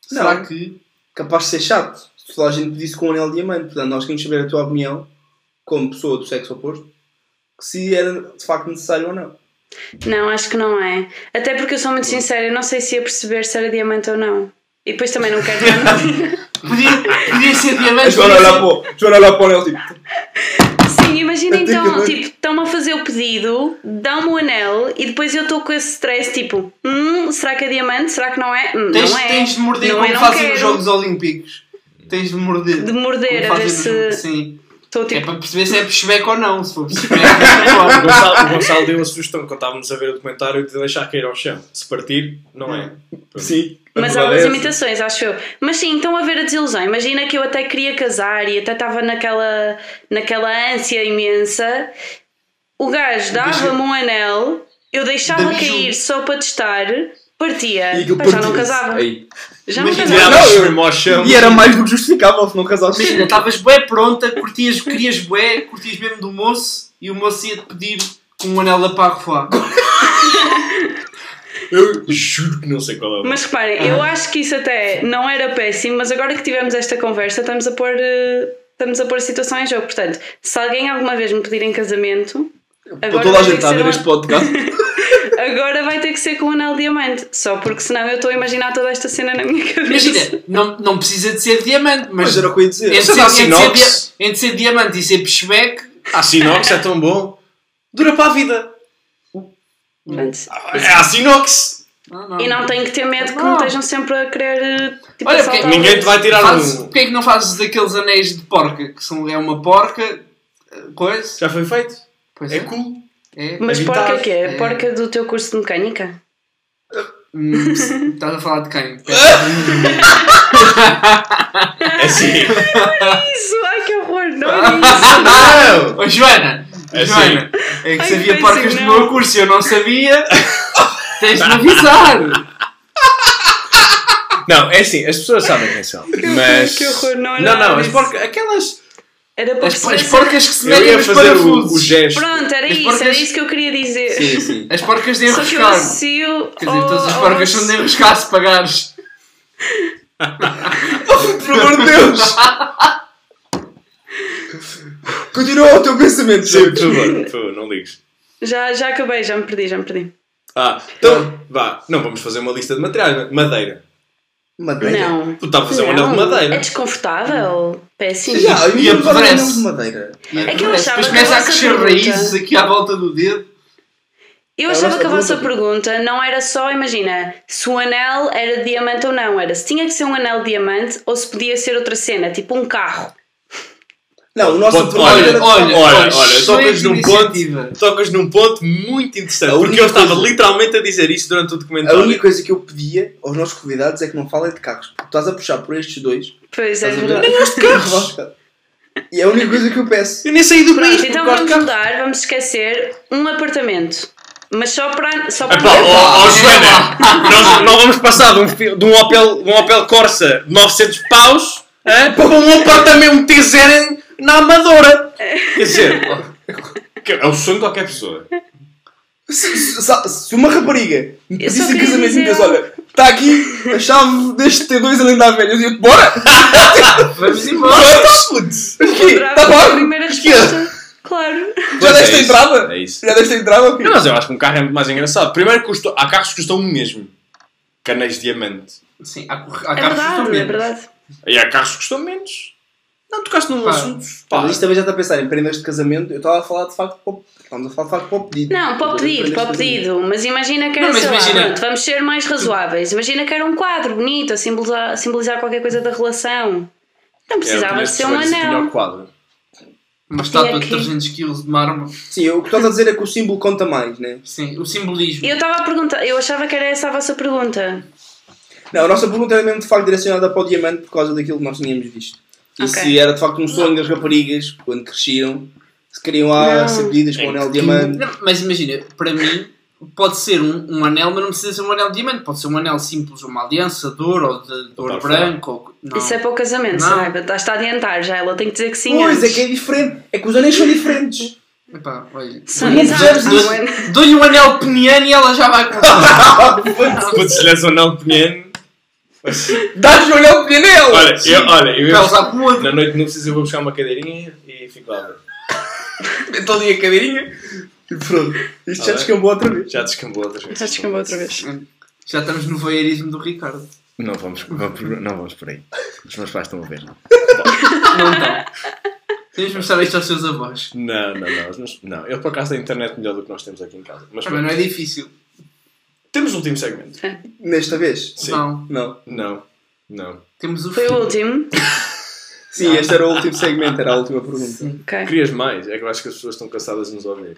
[SPEAKER 3] Será
[SPEAKER 1] não,
[SPEAKER 3] que.
[SPEAKER 1] capaz de ser chato se toda a gente pedisse com um anel de diamante. Portanto, nós queremos saber a tua opinião, como pessoa do sexo oposto, que se era de facto necessário ou não.
[SPEAKER 2] Não, acho que não é. Até porque eu sou muito sincera, eu não sei se ia perceber se era diamante ou não. E depois também não quero dar-
[SPEAKER 3] Podia,
[SPEAKER 1] (laughs)
[SPEAKER 3] podia ser
[SPEAKER 1] A
[SPEAKER 3] diamante.
[SPEAKER 1] Joana
[SPEAKER 3] podia
[SPEAKER 1] olhar
[SPEAKER 3] ser-
[SPEAKER 1] para o- a Joana olhar para o anel tipo,
[SPEAKER 2] Sim, imagina
[SPEAKER 1] Até que
[SPEAKER 2] então,
[SPEAKER 1] eu-
[SPEAKER 2] tipo, estão-me a fazer o pedido, dão-me o anel e depois eu estou com esse stress, tipo, hum, será que é diamante? Será que não é? Hum,
[SPEAKER 3] Tens,
[SPEAKER 2] não é.
[SPEAKER 3] tens de morder
[SPEAKER 2] Não é,
[SPEAKER 3] como
[SPEAKER 2] não
[SPEAKER 3] fazem
[SPEAKER 2] quero.
[SPEAKER 3] nos Jogos Olímpicos. Tens de morder.
[SPEAKER 2] De
[SPEAKER 3] como
[SPEAKER 2] morder, a ver
[SPEAKER 3] fazem nos-
[SPEAKER 2] se.
[SPEAKER 3] Sim.
[SPEAKER 2] Estou
[SPEAKER 3] É
[SPEAKER 2] tipo.
[SPEAKER 3] para perceber se é pushback ou não. Se
[SPEAKER 1] (laughs)
[SPEAKER 3] for pushback, é
[SPEAKER 4] O
[SPEAKER 3] fora.
[SPEAKER 4] Gonçalo, o Gonçalo deu uma sugestão quando estávamos a ver o documentário de deixar cair ao chão. Se partir, não é.
[SPEAKER 1] sim. a
[SPEAKER 2] Mas
[SPEAKER 1] verdade
[SPEAKER 2] há algumas
[SPEAKER 1] é essa.
[SPEAKER 2] imitações, acho eu. Mas sim, então a ver a desilusão. Imagina que eu até queria casar e até estava naquela, naquela ânsia imensa. O gajo dava-me um anel, eu deixava
[SPEAKER 3] Dá-me
[SPEAKER 2] cair
[SPEAKER 3] junto.
[SPEAKER 2] só para testar,
[SPEAKER 1] E
[SPEAKER 2] partia.
[SPEAKER 1] aquilo
[SPEAKER 2] Pá, já não
[SPEAKER 1] partiu-se.
[SPEAKER 2] casava.
[SPEAKER 1] Aí.
[SPEAKER 2] Já não
[SPEAKER 3] Imagina-
[SPEAKER 2] casava.
[SPEAKER 1] Não, eu-
[SPEAKER 4] Tirámos o ao chão.
[SPEAKER 1] E era mais do que justificável se não casasse.
[SPEAKER 3] Imagina, estavas bué pronta, curtias, querias bué, curtias mesmo do moço e o moço ia-te pedir com um anel da Parfois.
[SPEAKER 4] Eu juro que não sei qual é o nome.
[SPEAKER 2] Mas reparem, eu
[SPEAKER 1] Ah.
[SPEAKER 2] acho que isso até não era péssimo, mas agora que tivemos esta conversa, estamos a pôr. eh, Estamos a pôr a situação em jogo. Portanto, se alguém alguma vez me pedir em casamento,
[SPEAKER 1] Para
[SPEAKER 2] agora
[SPEAKER 1] toda a
[SPEAKER 2] vai, ter
[SPEAKER 1] gente tá
[SPEAKER 2] que
[SPEAKER 1] a
[SPEAKER 2] ser
[SPEAKER 1] ver
[SPEAKER 2] um-
[SPEAKER 1] este podcast.
[SPEAKER 2] (laughs) agora vai ter que ser com um anel de diamante. Só porque senão eu estou a imaginar toda esta cena na minha cabeça.
[SPEAKER 3] Imagina, não, não precisa de ser diamante, mas,
[SPEAKER 1] Mas era o que eu ia dizer.
[SPEAKER 3] entre, ser,
[SPEAKER 4] dá
[SPEAKER 3] entre, ser
[SPEAKER 4] é sinox.
[SPEAKER 3] dia- entre ser diamante e ser pushback,
[SPEAKER 4] A Sinox é tão bom. Dura para a vida.
[SPEAKER 2] Portanto,
[SPEAKER 4] É a Sinox.
[SPEAKER 3] não, não.
[SPEAKER 2] E não tenho que ter medo que
[SPEAKER 3] Não.
[SPEAKER 2] me estejam sempre a querer. eh, Tipo,
[SPEAKER 3] Olha,
[SPEAKER 2] assaltar.
[SPEAKER 3] porque-
[SPEAKER 4] Ninguém te vai tirar
[SPEAKER 3] Fazes-
[SPEAKER 4] um.
[SPEAKER 3] Porquê é que não fazes daqueles anéis de porca? Que são, é uma porca, eh, coisa.
[SPEAKER 4] Já foi feito.
[SPEAKER 3] Pois
[SPEAKER 4] É
[SPEAKER 3] é.
[SPEAKER 4] cool.
[SPEAKER 3] é.
[SPEAKER 2] Mas
[SPEAKER 4] Evitar.
[SPEAKER 2] porca que é?
[SPEAKER 3] É.
[SPEAKER 2] Porca do teu curso de mecânica?
[SPEAKER 3] Hum, Estás a falar
[SPEAKER 4] (laughs)
[SPEAKER 3] de quem?
[SPEAKER 4] É sim. (laughs)
[SPEAKER 2] Isso! Ai que horror!
[SPEAKER 3] (laughs)
[SPEAKER 2] Não é isso!
[SPEAKER 4] Não!
[SPEAKER 3] Ah, Ô Joana,
[SPEAKER 4] É
[SPEAKER 3] Joana, é que
[SPEAKER 2] Ai,
[SPEAKER 3] sabia
[SPEAKER 2] foi
[SPEAKER 3] porcas
[SPEAKER 2] assim,
[SPEAKER 3] do
[SPEAKER 2] não.
[SPEAKER 3] meu curso e eu
[SPEAKER 4] (laughs)
[SPEAKER 3] não sabia. Tens de me avisar.
[SPEAKER 4] Não, é assim, as pessoas sabem quem são. Mas.
[SPEAKER 2] que horror, não era
[SPEAKER 4] Não, é
[SPEAKER 2] nada
[SPEAKER 4] não, as
[SPEAKER 2] disso.
[SPEAKER 4] porca, aquelas.
[SPEAKER 2] Era para
[SPEAKER 3] As, as
[SPEAKER 2] perceber.
[SPEAKER 3] porcas que se
[SPEAKER 4] Eu
[SPEAKER 3] metem
[SPEAKER 4] ia
[SPEAKER 3] nos
[SPEAKER 4] fazer o, o
[SPEAKER 3] parafusos.
[SPEAKER 4] gesto.
[SPEAKER 2] Pronto, era
[SPEAKER 3] As
[SPEAKER 2] isso, era
[SPEAKER 3] porcas-
[SPEAKER 2] isso que eu queria dizer.
[SPEAKER 1] Sim, sim.
[SPEAKER 3] As porcas de
[SPEAKER 2] Só que eu oh,
[SPEAKER 3] enroscar.
[SPEAKER 2] associo.
[SPEAKER 3] Quer dizer,
[SPEAKER 2] ao-
[SPEAKER 3] todas as
[SPEAKER 2] ao-
[SPEAKER 3] porcas são de enroscar se pagares.
[SPEAKER 1] Por amor de Deus! Continua o teu pensamento,
[SPEAKER 4] Sim, por
[SPEAKER 1] Sim.
[SPEAKER 4] favor, (laughs) por favor, não ligues.
[SPEAKER 2] oh, Já, já acabei, já me perdi, já me perdi.
[SPEAKER 4] Ah, então, vá, não vamos fazer uma lista de materiais. Madeira.
[SPEAKER 1] Madeira.
[SPEAKER 2] Não.
[SPEAKER 4] Tu estás a fazer um anel de
[SPEAKER 2] Não, É
[SPEAKER 4] madeira.
[SPEAKER 2] desconfortável. Péssimo.
[SPEAKER 1] Já,
[SPEAKER 3] E
[SPEAKER 1] eu não
[SPEAKER 3] apodrece.
[SPEAKER 1] anel de madeira.
[SPEAKER 2] É que eu achava
[SPEAKER 3] Depois
[SPEAKER 2] que
[SPEAKER 3] começa
[SPEAKER 2] a
[SPEAKER 3] a
[SPEAKER 2] vossa
[SPEAKER 3] crescer
[SPEAKER 2] pergunta-
[SPEAKER 3] raízes aqui à volta do dedo.
[SPEAKER 2] Eu
[SPEAKER 1] É a
[SPEAKER 2] achava
[SPEAKER 1] nossa
[SPEAKER 2] que a vossa
[SPEAKER 1] pergunta.
[SPEAKER 2] pergunta não era só, imagina, se o anel era de diamante ou não. Era se tinha que ser um anel de diamante ou se podia ser outra cena, tipo um carro.
[SPEAKER 1] Não, o nosso
[SPEAKER 4] Pode-
[SPEAKER 1] problema
[SPEAKER 4] olha,
[SPEAKER 1] era-
[SPEAKER 4] olha, olha, tocas
[SPEAKER 3] excelente
[SPEAKER 4] num ponto.
[SPEAKER 3] iniciativa.
[SPEAKER 4] Tocas num ponto muito
[SPEAKER 1] A
[SPEAKER 4] interessante.
[SPEAKER 1] única
[SPEAKER 4] Porque eu estava
[SPEAKER 1] coisa-
[SPEAKER 4] literalmente a dizer isso durante o
[SPEAKER 1] A
[SPEAKER 4] documentário.
[SPEAKER 1] única coisa que eu pedia aos nossos convidados é que não falem de carros. Porque tu estás a puxar por estes dois.
[SPEAKER 2] Pois é,
[SPEAKER 1] Estás a ver?
[SPEAKER 2] verdade.
[SPEAKER 1] de carros! E é a única coisa que eu peço.
[SPEAKER 4] Eu nem saí do país.
[SPEAKER 2] Pronto, então
[SPEAKER 4] por causa
[SPEAKER 2] vamos
[SPEAKER 4] de carro.
[SPEAKER 2] mudar, vamos esquecer um apartamento. Mas só para. Só
[SPEAKER 1] Ah,
[SPEAKER 2] para
[SPEAKER 4] Epá, ó, ó, Joana, nós não vamos passar de um, fi- de um Opel, um Opel Corsa de 900 paus hã, para um apartamento T0 na Amadora. Quer dizer, (laughs) que é o sonho de qualquer pessoa.
[SPEAKER 1] Se, se- se uma rapariga me
[SPEAKER 2] Eu
[SPEAKER 1] pedisse em
[SPEAKER 2] só queria
[SPEAKER 1] casamento e me
[SPEAKER 2] dizer
[SPEAKER 1] dissesse, olha, está aqui a chave deste T2 além da velha, eu digo, bora!
[SPEAKER 3] Vamos embora.
[SPEAKER 4] Então,
[SPEAKER 1] Pronto! Aqui, Tá
[SPEAKER 2] a
[SPEAKER 1] bom?
[SPEAKER 2] primeira resposta. Claro.
[SPEAKER 1] Já deste a entrada?
[SPEAKER 4] É isso.
[SPEAKER 1] Já deste a entrada? ok?
[SPEAKER 4] Não, mas eu acho que um carro é muito mais engraçado. Primeiro, custou, há carros que custam o mesmo. Canais de diamante.
[SPEAKER 3] Sim, há,
[SPEAKER 1] Ah,
[SPEAKER 3] há
[SPEAKER 2] É
[SPEAKER 3] carros que
[SPEAKER 2] verdade, é
[SPEAKER 3] também.
[SPEAKER 2] verdade.
[SPEAKER 4] E há carros que custam menos. Não tocaste num
[SPEAKER 3] Pá.
[SPEAKER 4] assunto.
[SPEAKER 1] Pá,
[SPEAKER 4] Pá, é
[SPEAKER 1] mas isto também já está a pensar em prendas de casamento. Eu estava a falar de facto para o- Estamos a falar de facto para o pedido.
[SPEAKER 2] Não, para o pedido, para o pedido. Mas imagina que era,
[SPEAKER 3] Não, mas
[SPEAKER 2] sei lá,
[SPEAKER 3] imagina-
[SPEAKER 2] pronto, vamos ser mais razoáveis. Imagina que era um quadro bonito a simbolizar,
[SPEAKER 1] É,
[SPEAKER 2] a simbolizar qualquer coisa da relação. Não precisava de ser um
[SPEAKER 4] Tinha o
[SPEAKER 2] anel.
[SPEAKER 4] quadro.
[SPEAKER 3] Uma estátua de
[SPEAKER 2] é que-
[SPEAKER 3] 300 kg de mármore.
[SPEAKER 1] Sim, o que estás a dizer é que o símbolo conta mais, né?
[SPEAKER 3] Sim, o simbolismo.
[SPEAKER 2] Eu estava a perguntar, eu achava que era essa a vossa pergunta.
[SPEAKER 1] Não, a nossa pergunta era mesmo de facto direcionada para o diamante por causa daquilo que nós tínhamos visto. E
[SPEAKER 2] Ok.
[SPEAKER 1] se era de facto um sonho das raparigas, quando cresciam, se queriam lá
[SPEAKER 2] Não.
[SPEAKER 1] ser pedidas com o anel de diamante.
[SPEAKER 3] Não, mas imagina, para mim, pode ser um, um anel, mas não precisa ser um anel de diamante. Pode ser um anel simples, uma aliança de ouro ou de, de ouro
[SPEAKER 6] Tá,
[SPEAKER 3] branco. Ou, não.
[SPEAKER 2] Isso é para o casamento,
[SPEAKER 3] Não.
[SPEAKER 2] Saraiva. Estás-te a adiantar já, ela tem que dizer que sim.
[SPEAKER 1] Pois, é
[SPEAKER 2] antes.
[SPEAKER 1] que é diferente. É que os anéis são
[SPEAKER 2] (laughs)
[SPEAKER 1] diferentes.
[SPEAKER 3] Epá, olha.
[SPEAKER 2] São
[SPEAKER 1] Não
[SPEAKER 2] exatos,
[SPEAKER 1] precisamos
[SPEAKER 2] não é?
[SPEAKER 3] Dou- Dou-lhe um anel peniano e ela
[SPEAKER 2] (laughs)
[SPEAKER 3] já vai comprar.
[SPEAKER 1] Ah,
[SPEAKER 6] Putz, lhes
[SPEAKER 4] um
[SPEAKER 6] o anel pequeno.
[SPEAKER 1] Dás-lhe
[SPEAKER 3] um
[SPEAKER 1] o anel de anel!
[SPEAKER 6] Olha, eu, olha, eu ia
[SPEAKER 3] Para usar com o outro.
[SPEAKER 6] Na noite não precisa, eu vou buscar uma cadeirinha e fico lá.
[SPEAKER 3] Então
[SPEAKER 1] Estou ali a cadeirinha. E pronto. Isto já
[SPEAKER 6] Ah, é?
[SPEAKER 1] descambou outra vez.
[SPEAKER 6] Já descambou outras vezes.
[SPEAKER 2] Já descambou outra vez.
[SPEAKER 3] Já estamos no voyeurismo do Ricardo.
[SPEAKER 4] Não vamos, vamos por- não vamos por aí. Os meus pais estão a ver.
[SPEAKER 3] Não está. Tens de mostrar isto aos seus avós.
[SPEAKER 6] Não, não, não. nós- Não, ele por acaso tem internet melhor do que nós temos aqui em casa. Mas
[SPEAKER 3] Também não
[SPEAKER 6] pronto.
[SPEAKER 3] é difícil.
[SPEAKER 6] temos o último segmento.
[SPEAKER 1] Nesta vez?
[SPEAKER 6] Sim.
[SPEAKER 3] Não.
[SPEAKER 1] Não.
[SPEAKER 6] Não, não.
[SPEAKER 3] Então, Temos o
[SPEAKER 2] Foi
[SPEAKER 3] fim.
[SPEAKER 2] o último.
[SPEAKER 1] Sim, este era o último segmento, era a última pergunta.
[SPEAKER 2] Ok.
[SPEAKER 6] Querias mais? É que eu acho que as pessoas estão cansadas de nos ouvir.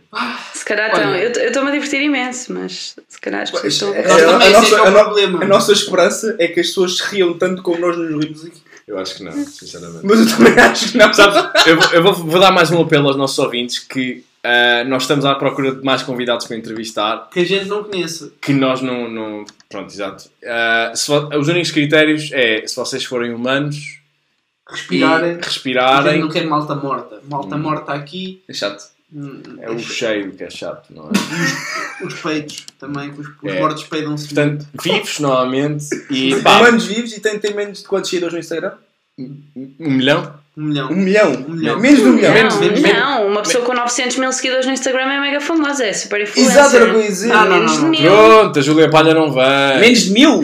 [SPEAKER 2] Se calhar
[SPEAKER 3] Olha.
[SPEAKER 2] estão. Eu eu estou-me a divertir imenso, mas se calhar as pessoas estão.
[SPEAKER 1] É,
[SPEAKER 3] Nós
[SPEAKER 1] a,
[SPEAKER 3] também,
[SPEAKER 1] a
[SPEAKER 3] esse é que
[SPEAKER 1] nossa,
[SPEAKER 3] é o
[SPEAKER 1] a no-
[SPEAKER 3] problema.
[SPEAKER 1] a nossa esperança é que as pessoas se riam tanto como nós nos rimos aqui.
[SPEAKER 6] Eu acho que não, sinceramente.
[SPEAKER 1] Mas eu também acho que não.
[SPEAKER 4] Sabes, eu, vou- eu vou, vou dar mais um apelo aos nossos ouvintes que ah, nós estamos à procura de mais convidados para entrevistar
[SPEAKER 3] Que a gente não conheça.
[SPEAKER 4] que nós não... não pronto, exato. Ah, se vo- os únicos critérios é se vocês forem humanos e
[SPEAKER 3] Respirarem. A gente
[SPEAKER 4] respirarem
[SPEAKER 3] não quer é malta morta. Malta morta aqui.
[SPEAKER 4] É chato.
[SPEAKER 3] hum,
[SPEAKER 4] É o cheiro que é chato, não é?
[SPEAKER 3] Os peitos também. que Os, os
[SPEAKER 4] É.
[SPEAKER 3] mortos peidam-se.
[SPEAKER 4] Portanto, vivos normalmente e
[SPEAKER 1] Pá.
[SPEAKER 4] pá,
[SPEAKER 1] Humanos vivos e tem, tem menos de quantos seguidores no Instagram?
[SPEAKER 4] um milhão.
[SPEAKER 3] Um milhão.
[SPEAKER 1] Um milhão.
[SPEAKER 3] Um milhão.
[SPEAKER 1] Menos de um milhão.
[SPEAKER 2] Não,
[SPEAKER 3] menos-
[SPEAKER 2] não, uma pessoa com 900 mil seguidores no Instagram é mega famosa, é super influencer.
[SPEAKER 1] Exato, era o que eu ia dizer.
[SPEAKER 3] Não, não,
[SPEAKER 2] Menos
[SPEAKER 3] não, não.
[SPEAKER 2] de mil.
[SPEAKER 4] Pronto, a Júlia Palha não vem.
[SPEAKER 1] Menos de mil?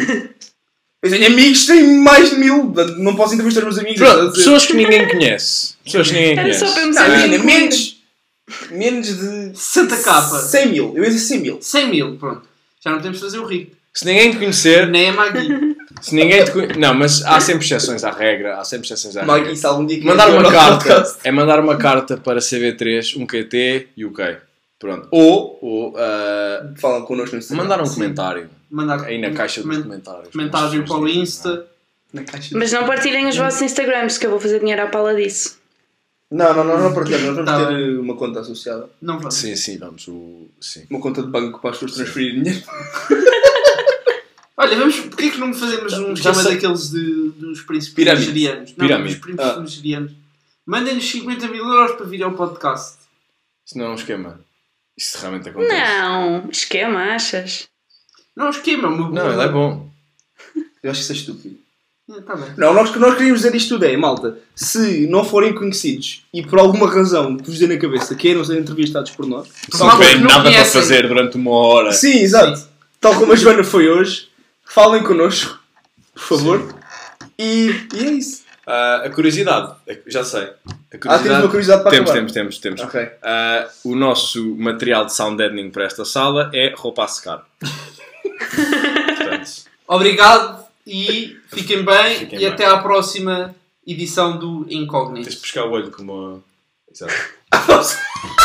[SPEAKER 1] Eu tenho amigos que têm mais de mil. portanto, Não posso entrevistar os meus amigos.
[SPEAKER 4] Pronto, pessoas que ninguém conhece. Pessoas que ninguém
[SPEAKER 2] Era
[SPEAKER 4] conhece.
[SPEAKER 2] só para eu me
[SPEAKER 1] Não,
[SPEAKER 2] sentir
[SPEAKER 1] imagina,
[SPEAKER 2] incluída.
[SPEAKER 1] menos, menos de
[SPEAKER 3] Santa capa.
[SPEAKER 1] 100 mil. Eu ia dizer 100 mil.
[SPEAKER 3] 100 mil, pronto. Já não podemos fazer o rico.
[SPEAKER 4] Se ninguém te conhecer,
[SPEAKER 3] Nem a Magui.
[SPEAKER 4] se ninguém te conhe... Não, mas há sempre exceções à regra. Há sempre exceções à regra.
[SPEAKER 1] Magui, se algum dia que
[SPEAKER 4] Mandar
[SPEAKER 1] vier
[SPEAKER 4] Tá, uma
[SPEAKER 1] ao nosso
[SPEAKER 4] carta
[SPEAKER 1] podcast.
[SPEAKER 4] é mandar uma carta para CB3, um KT e o K. Pronto. Ou, ou ah,
[SPEAKER 1] Falam connosco no Instagram.
[SPEAKER 4] mandar um
[SPEAKER 3] Sim.
[SPEAKER 4] comentário
[SPEAKER 3] Mandar
[SPEAKER 4] aí na caixa de
[SPEAKER 3] comen-
[SPEAKER 4] comentários.
[SPEAKER 3] Comentário
[SPEAKER 4] Mas-
[SPEAKER 3] para o Insta.
[SPEAKER 1] Na caixa.
[SPEAKER 2] Mas não partilhem os vossos Instagrams, que eu vou fazer dinheiro à pala disso.
[SPEAKER 1] Não, não, não, não partilhamos. Nós vamos
[SPEAKER 3] Tá
[SPEAKER 1] ter eh, uma conta associada.
[SPEAKER 3] Não vamos.
[SPEAKER 4] é? Sim, sim, vamos. O... Sim.
[SPEAKER 1] Uma conta de banco para as pessoas transferirem dinheiro.
[SPEAKER 3] Olha, vamos, porquê que não fazemos um
[SPEAKER 4] Então, Já
[SPEAKER 3] esquema
[SPEAKER 4] sei.
[SPEAKER 3] daqueles de, dos príncipes
[SPEAKER 4] Pirâmide.
[SPEAKER 3] nigerianos?
[SPEAKER 4] Pirâmide.
[SPEAKER 3] Não, dos príncipes
[SPEAKER 1] Ah.
[SPEAKER 3] nigerianos. Mandem-nos 50 mil euros para vir ao podcast.
[SPEAKER 4] Isso não é um esquema. Isso realmente acontece.
[SPEAKER 2] Não, esquema, achas?
[SPEAKER 3] Não, esquema, uma
[SPEAKER 4] Não, ele é bom.
[SPEAKER 1] Eu acho que isso é estúpido.
[SPEAKER 3] Está tá bem.
[SPEAKER 1] Não, nós, nós queríamos dizer isto tudo é, malta. Se não forem conhecidos e por alguma razão vos dê na cabeça que é não ser entrevistados por nós.
[SPEAKER 4] Só
[SPEAKER 3] Malta
[SPEAKER 4] não tem
[SPEAKER 3] que não
[SPEAKER 4] nada para
[SPEAKER 3] conhecem.
[SPEAKER 4] fazer durante uma hora.
[SPEAKER 1] Sim, exato. Tal como a Joana foi hoje, falem connosco, por favor. E, e é isso.
[SPEAKER 6] Ah, a curiosidade,
[SPEAKER 4] É
[SPEAKER 6] a- já sei. A
[SPEAKER 1] Ah, temos uma
[SPEAKER 6] curiosidade.
[SPEAKER 1] curiosidade para
[SPEAKER 4] Temos,
[SPEAKER 1] acabar.
[SPEAKER 4] temos, temos, temos.
[SPEAKER 1] Ok.
[SPEAKER 4] Ah, o nosso material de sound deadening para esta sala é roupa a secar. Portanto,
[SPEAKER 3] Obrigado e fiquem bem
[SPEAKER 4] Fiquem
[SPEAKER 3] e
[SPEAKER 4] bem.
[SPEAKER 3] até à próxima edição do
[SPEAKER 6] tens de
[SPEAKER 3] Incógnito.
[SPEAKER 6] pescar o olho como. a- Exato.